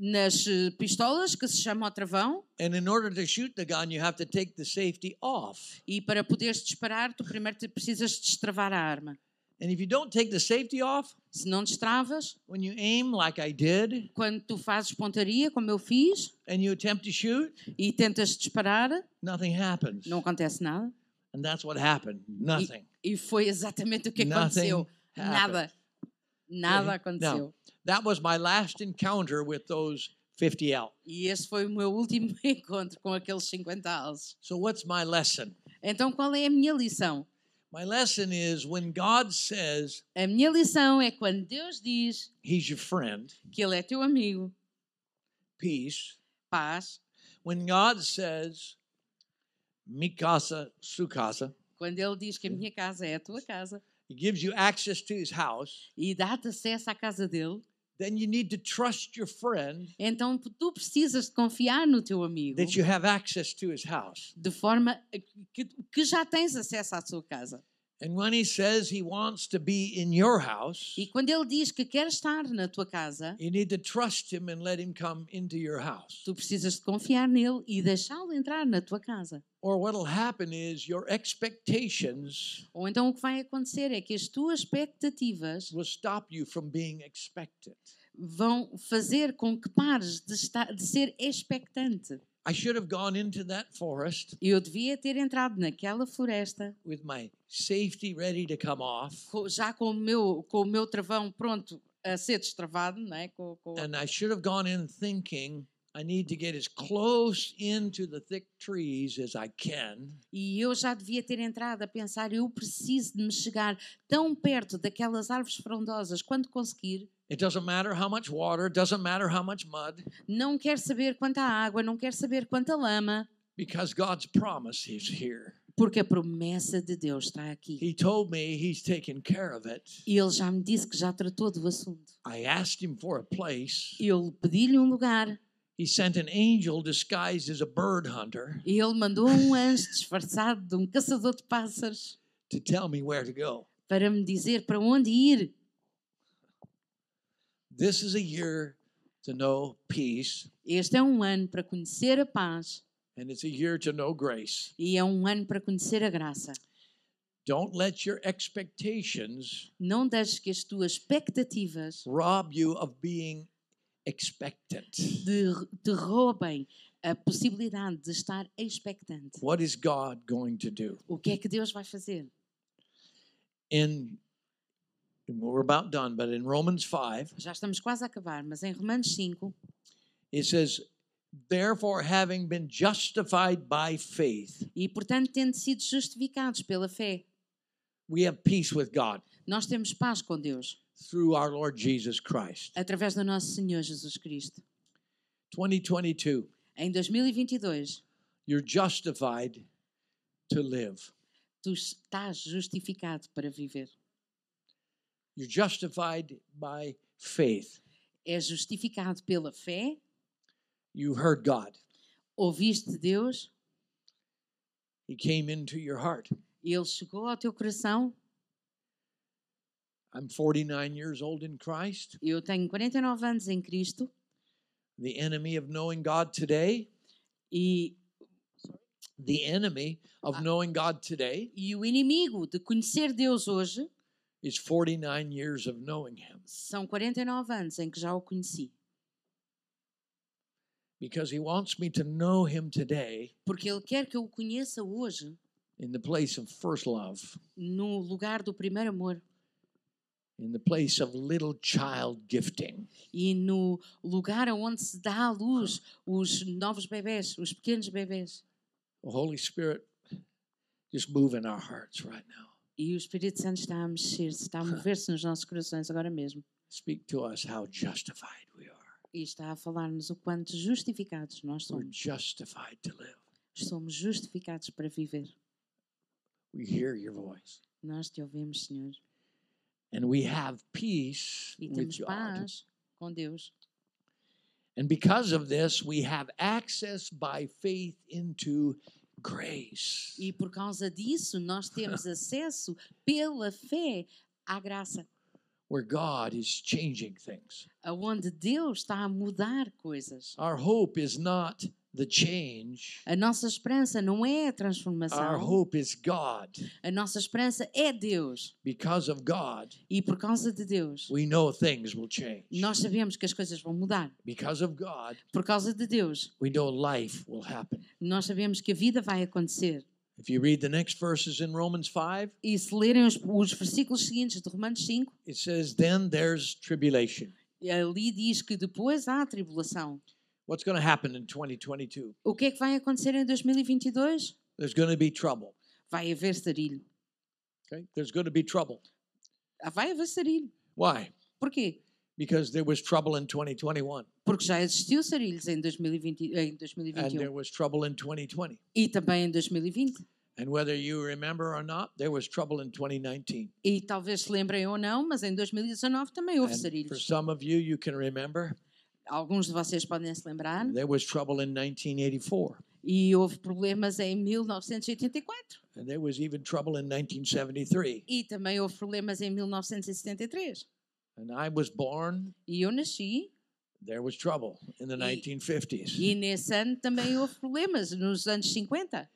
Speaker 2: nas eh, pistolas que se chama o travão
Speaker 1: And in order to shoot the gun, you have to take the safety off.
Speaker 2: e para poderes disparar tu primeiro te- precisas destravar a arma.
Speaker 1: And if you don't take the safety off,
Speaker 2: Se não destravas,
Speaker 1: when you aim like I did
Speaker 2: quando tu fazes pontaria, como eu fiz,
Speaker 1: and you attempt to shoot,
Speaker 2: e tentas disparar,
Speaker 1: nothing happens.
Speaker 2: não acontece nada.
Speaker 1: And that's what happened. Nothing.
Speaker 2: E foi exatamente o que
Speaker 1: Nothing
Speaker 2: aconteceu.
Speaker 1: happened.
Speaker 2: Nada. Nada
Speaker 1: Não.
Speaker 2: aconteceu.
Speaker 1: That was my last encounter with those 50 elk.
Speaker 2: E esse foi o meu último encontro com aqueles 50 alces.
Speaker 1: So what's my lesson?
Speaker 2: Então, qual é a minha lição?
Speaker 1: My lesson is when God says
Speaker 2: A minha lição é quando Deus diz
Speaker 1: he's your friend,
Speaker 2: que Ele é teu amigo,
Speaker 1: peace.
Speaker 2: paz.
Speaker 1: When God says mikasa sukasa,
Speaker 2: Quando Ele diz que a minha casa é a tua casa
Speaker 1: he gives you access to his house,
Speaker 2: e dá-te acesso à casa dele,
Speaker 1: then you need to trust your friend
Speaker 2: então tu precisas de confiar no teu amigo
Speaker 1: that you have access to his house.
Speaker 2: de forma a que, que já tens acesso à sua casa.
Speaker 1: And when he says he wants to be in your house,
Speaker 2: E quando Ele diz que quer estar na tua casa,
Speaker 1: you need to trust him and let him come into your house.
Speaker 2: tu precisas de confiar nele e deixá-lo entrar na tua casa.
Speaker 1: Or what'll happen is your expectations
Speaker 2: Ou então o que vai acontecer é que as tuas expectativas
Speaker 1: will stop you from being expectant.
Speaker 2: vão fazer com que pares de, estar, de ser expectante.
Speaker 1: I should have gone into that forest
Speaker 2: Eu devia ter entrado naquela floresta
Speaker 1: with my safety ready to come off,
Speaker 2: co- já com o meu, com o meu travão pronto a ser destravado, não é? Com- com-
Speaker 1: and I should have gone in thinking I need to get as close into the thick trees as I can
Speaker 2: E eu já devia ter entrado a pensar: eu preciso de me chegar tão perto daquelas árvores frondosas quanto conseguir.
Speaker 1: It doesn't matter how much water, it doesn't matter how much mud,
Speaker 2: Não quero saber quanta água, não quero saber quanta lama,
Speaker 1: because God's promise is here.
Speaker 2: porque a promessa de Deus está aqui.
Speaker 1: He told me He's taking care of it.
Speaker 2: E ele já me disse que já tratou do assunto.
Speaker 1: I asked Him for a place.
Speaker 2: Eu pedi-lhe um lugar,
Speaker 1: He sent an angel disguised as a bird hunter
Speaker 2: E ele mandou um anjo disfarçado de um caçador de pássaros
Speaker 1: to tell me where to go.
Speaker 2: para me dizer para onde ir.
Speaker 1: This is a year to know peace,
Speaker 2: Este é um ano para conhecer a paz
Speaker 1: and it's a year to know grace.
Speaker 2: e é um ano para conhecer a graça.
Speaker 1: Don't let your expectations
Speaker 2: Não deixes que as tuas expectativas
Speaker 1: rob you of being expectant.
Speaker 2: te, te roubem a possibilidade de estar expectante.
Speaker 1: What is God going to do?
Speaker 2: O que é que Deus vai fazer?
Speaker 1: in and we're about done, but in Romans 5,
Speaker 2: Já estamos quase a acabar, mas em Romanos 5,
Speaker 1: it says, Therefore, having been justified by faith,
Speaker 2: e portanto, tendo sido justificados pela fé,
Speaker 1: we have peace with God
Speaker 2: nós temos paz com Deus
Speaker 1: through our Lord Jesus Christ.
Speaker 2: através do nosso Senhor Jesus Cristo.
Speaker 1: 2022,
Speaker 2: Em 2022,
Speaker 1: you're justified to live.
Speaker 2: tu estás justificado para viver.
Speaker 1: You're justified by faith.
Speaker 2: É justificado pela fé,
Speaker 1: You heard God,
Speaker 2: ouviste Deus,
Speaker 1: He came into your heart.
Speaker 2: ele chegou ao teu coração.
Speaker 1: I'm 49 years old in Christ.
Speaker 2: Eu tenho 49 anos em Cristo
Speaker 1: The enemy of knowing God today,
Speaker 2: e,
Speaker 1: the enemy of knowing God today
Speaker 2: e o inimigo de conhecer Deus hoje
Speaker 1: is 49 years of knowing him
Speaker 2: são 49 anos em que já o conheci.
Speaker 1: because he wants me to know him today
Speaker 2: Porque ele quer que eu o conheça hoje
Speaker 1: in the place of first love.
Speaker 2: no lugar do primeiro amor.
Speaker 1: in the place of little child gifting.
Speaker 2: E no lugar onde se dá à luz
Speaker 1: Hum.
Speaker 2: os novos bebés, os pequenos bebés.
Speaker 1: The Holy Spirit just move in our hearts right now.
Speaker 2: E o Espírito Santo está a mexer-se,
Speaker 1: Hum.
Speaker 2: está a mover-se nos nossos corações agora mesmo.
Speaker 1: Speak to us how justified we are.
Speaker 2: E está a falar-nos o quanto justificados nós
Speaker 1: We're
Speaker 2: somos.
Speaker 1: justified to live.
Speaker 2: Somos justificados para viver.
Speaker 1: We hear your voice.
Speaker 2: Nós te ouvimos, Senhor.
Speaker 1: And we have peace
Speaker 2: E
Speaker 1: with
Speaker 2: temos
Speaker 1: God.
Speaker 2: paz com Deus.
Speaker 1: And because of this, we have access by faith into grace.
Speaker 2: E por causa disso, nós temos acesso pela fé à graça,
Speaker 1: where God is changing things.
Speaker 2: aonde Deus está a mudar coisas.
Speaker 1: Our hope is not the change,
Speaker 2: A nossa esperança não é a
Speaker 1: our
Speaker 2: transformação.
Speaker 1: hope is God.
Speaker 2: A nossa esperança é Deus.
Speaker 1: Because of God,
Speaker 2: E por causa de Deus,
Speaker 1: we know things will change.
Speaker 2: nós sabemos que as coisas vão mudar.
Speaker 1: Because of God,
Speaker 2: Por causa de Deus,
Speaker 1: we know life will happen.
Speaker 2: nós sabemos que a vida vai acontecer.
Speaker 1: If you read the next verses in Romans 5,
Speaker 2: E se lerem os, os versículos seguintes de Romanos 5,
Speaker 1: it says, Then there's tribulation.
Speaker 2: ali diz que depois há a tribulação.
Speaker 1: What's going to happen in 2022?
Speaker 2: O que é que vai acontecer em 2022?
Speaker 1: There's going to be trouble.
Speaker 2: Vai haver sarilho.
Speaker 1: Okay? There's going to be trouble.
Speaker 2: Ah, Vai haver sarilho.
Speaker 1: Why?
Speaker 2: Porquê?
Speaker 1: Because there was trouble in 2021,
Speaker 2: Porque já existiu sarilhos em, 2020,
Speaker 1: and
Speaker 2: em
Speaker 1: there
Speaker 2: 2021
Speaker 1: was trouble in 2020.
Speaker 2: e também em 2020.
Speaker 1: And whether you remember or not, there was trouble in 2019.
Speaker 2: E talvez se lembrem ou não, mas em 2019 também houve
Speaker 1: And for
Speaker 2: sarilhos.
Speaker 1: some of you, you can remember
Speaker 2: Alguns de vocês podem se lembrar.
Speaker 1: there was trouble in 1984,
Speaker 2: E houve problemas em 1984.
Speaker 1: and there was even trouble in 1973.
Speaker 2: E também houve problemas em 1973.
Speaker 1: And I was born,
Speaker 2: E eu nasci
Speaker 1: there was trouble in the
Speaker 2: Y-
Speaker 1: 1950s.
Speaker 2: e nesse ano também houve problemas, nos anos 50.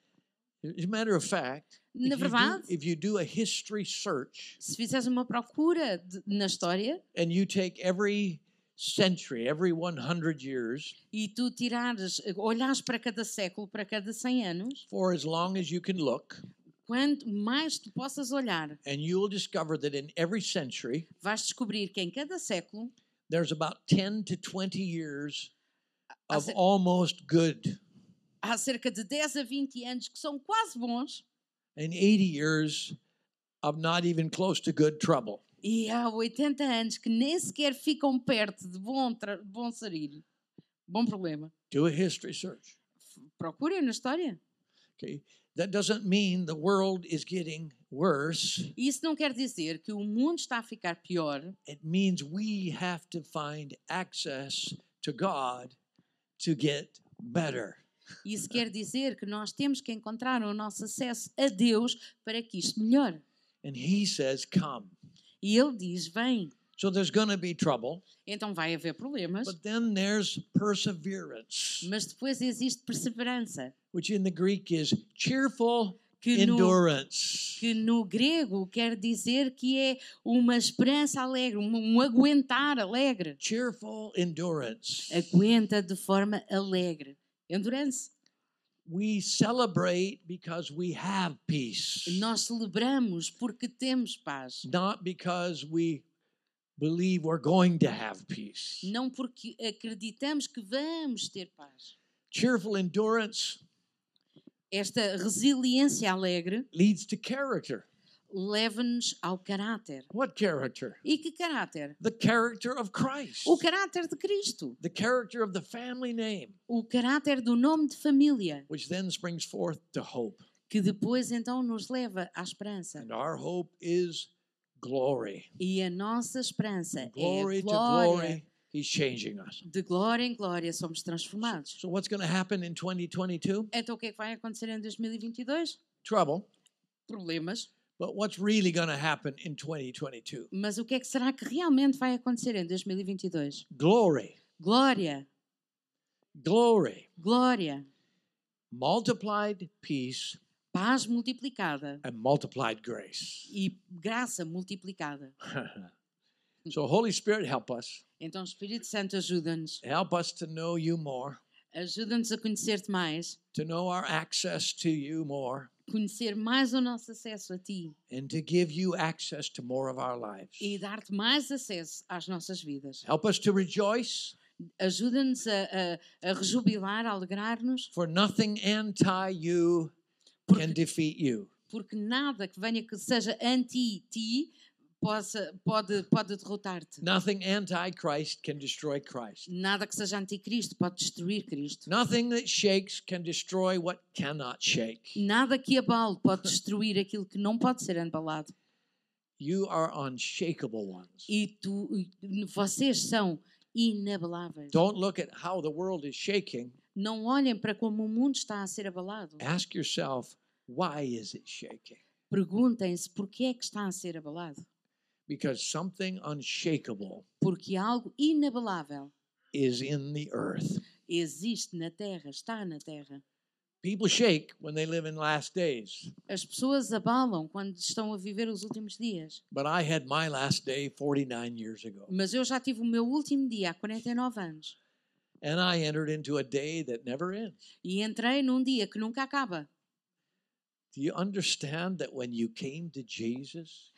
Speaker 1: As a matter of fact, if you, do,
Speaker 2: Na verdade,
Speaker 1: if you do a history search
Speaker 2: se fizeres uma procura de- na história
Speaker 1: and you take every century, every 100 years,
Speaker 2: e tu tirares, olhares para cada século, para cada 100 anos,
Speaker 1: for as long as you can look,
Speaker 2: quanto mais tu possas olhar,
Speaker 1: and you will discover that in every century,
Speaker 2: vais descobrir que em cada século
Speaker 1: there's about 10 to 20 years
Speaker 2: I
Speaker 1: of
Speaker 2: said-
Speaker 1: almost good
Speaker 2: há cerca de 10 a 20 anos que são quase bons
Speaker 1: and 80 years of not even close to good trouble.
Speaker 2: e há 80 anos que nem sequer ficam perto de bom, tra- bom sarilho. Bom problema.
Speaker 1: Do a history search.
Speaker 2: Procurem na história.
Speaker 1: Okay. That doesn't mean the world is getting worse.
Speaker 2: Isso não quer dizer que o mundo está a ficar pior,
Speaker 1: It means we have to find access to God to get better.
Speaker 2: Isso quer dizer que nós temos que encontrar o nosso acesso a Deus para que isto melhore.
Speaker 1: And He says, Come.
Speaker 2: E Ele diz: vem.
Speaker 1: So there's going to be trouble,
Speaker 2: Então vai haver problemas,
Speaker 1: but then there's perseverance,
Speaker 2: mas depois existe perseverança,
Speaker 1: which in the Greek is cheerful
Speaker 2: que no,
Speaker 1: endurance.
Speaker 2: que no grego quer dizer que é uma esperança alegre, um, um aguentar alegre.
Speaker 1: Cheerful endurance.
Speaker 2: Aguenta de forma alegre. Endurance.
Speaker 1: We celebrate because we have peace,
Speaker 2: Nós celebramos porque temos paz.
Speaker 1: not because we believe we're going to have peace.
Speaker 2: Não porque acreditamos que vamos ter paz.
Speaker 1: Cheerful endurance
Speaker 2: Esta resiliência alegre
Speaker 1: leads to character.
Speaker 2: leva-nos ao caráter.
Speaker 1: What character?
Speaker 2: E que caráter?
Speaker 1: The character of Christ,
Speaker 2: O caráter de Cristo,
Speaker 1: the character of the family name,
Speaker 2: o caráter do nome de família,
Speaker 1: which then springs forth to hope.
Speaker 2: que depois então nos leva à esperança.
Speaker 1: And our hope is glory.
Speaker 2: E a nossa esperança é
Speaker 1: Glory
Speaker 2: a
Speaker 1: to glory.
Speaker 2: glória.
Speaker 1: He's changing us.
Speaker 2: De glória em glória somos transformados.
Speaker 1: So, what's going to happen in 2022?
Speaker 2: Então o que é que vai acontecer em 2022?
Speaker 1: Trouble.
Speaker 2: Problemas.
Speaker 1: But what's really going to happen in 2022?
Speaker 2: Mas o que é que será que realmente vai acontecer em 2022?
Speaker 1: Glory.
Speaker 2: Glória,
Speaker 1: glory,
Speaker 2: glória,
Speaker 1: multiplied peace,
Speaker 2: paz multiplicada
Speaker 1: and multiplied grace.
Speaker 2: e graça multiplicada.
Speaker 1: so, Holy Spirit, help us.
Speaker 2: Então Espírito Santo ajuda-nos.
Speaker 1: Help us to know you more,
Speaker 2: Ajuda-nos a conhecer-te mais,
Speaker 1: to know our access to you more,
Speaker 2: conhecer mais o nosso acesso a Ti
Speaker 1: and to give you access to more of our lives.
Speaker 2: e dar-te mais acesso às nossas vidas.
Speaker 1: Help us to rejoice,
Speaker 2: Ajuda-nos a, a, a rejubilar, a alegrar-nos,
Speaker 1: for nothing anti you can
Speaker 2: porque,
Speaker 1: defeat you.
Speaker 2: porque nada que venha que seja anti-Ti possa, pode, pode derrotar-te.
Speaker 1: Nothing anti Christ can destroy Christ.
Speaker 2: Nada que seja anticristo pode destruir Cristo.
Speaker 1: Nothing that shakes can destroy what cannot shake.
Speaker 2: Nada que abale pode destruir aquilo que não pode ser abalado.
Speaker 1: You are unshakable ones.
Speaker 2: E tu, e vocês são inabaláveis.
Speaker 1: Don't look at how the world is shaking.
Speaker 2: Não olhem para como o mundo está a ser abalado.
Speaker 1: Ask yourself, why is it shaking?
Speaker 2: Perguntem-se porquê é que está a ser abalado.
Speaker 1: Because something unshakable
Speaker 2: Porque algo inabalável
Speaker 1: is in the earth.
Speaker 2: existe na Terra, está na Terra.
Speaker 1: People shake when they live in last days,
Speaker 2: As pessoas abalam quando estão a viver os últimos dias.
Speaker 1: but I had my last day 49 years ago,
Speaker 2: Mas eu já tive o meu último dia há 49 anos.
Speaker 1: and I entered into a day that never ends.
Speaker 2: E entrei num dia que nunca acaba.
Speaker 1: Do you understand that when you came to Jesus,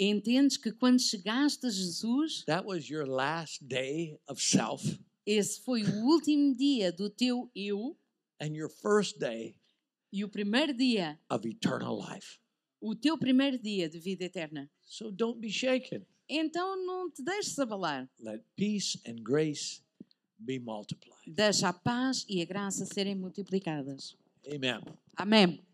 Speaker 2: Entendes que quando chegaste a Jesus,
Speaker 1: that was your last day of self
Speaker 2: esse foi o último dia do teu eu
Speaker 1: and your first day
Speaker 2: e o primeiro dia,
Speaker 1: of eternal life?
Speaker 2: o teu primeiro dia de vida eterna.
Speaker 1: So don't be shaken.
Speaker 2: Então não te deixes abalar.
Speaker 1: Let peace and grace be multiplied.
Speaker 2: Deixa a paz e a graça serem multiplicadas.
Speaker 1: Amen.
Speaker 2: Amém.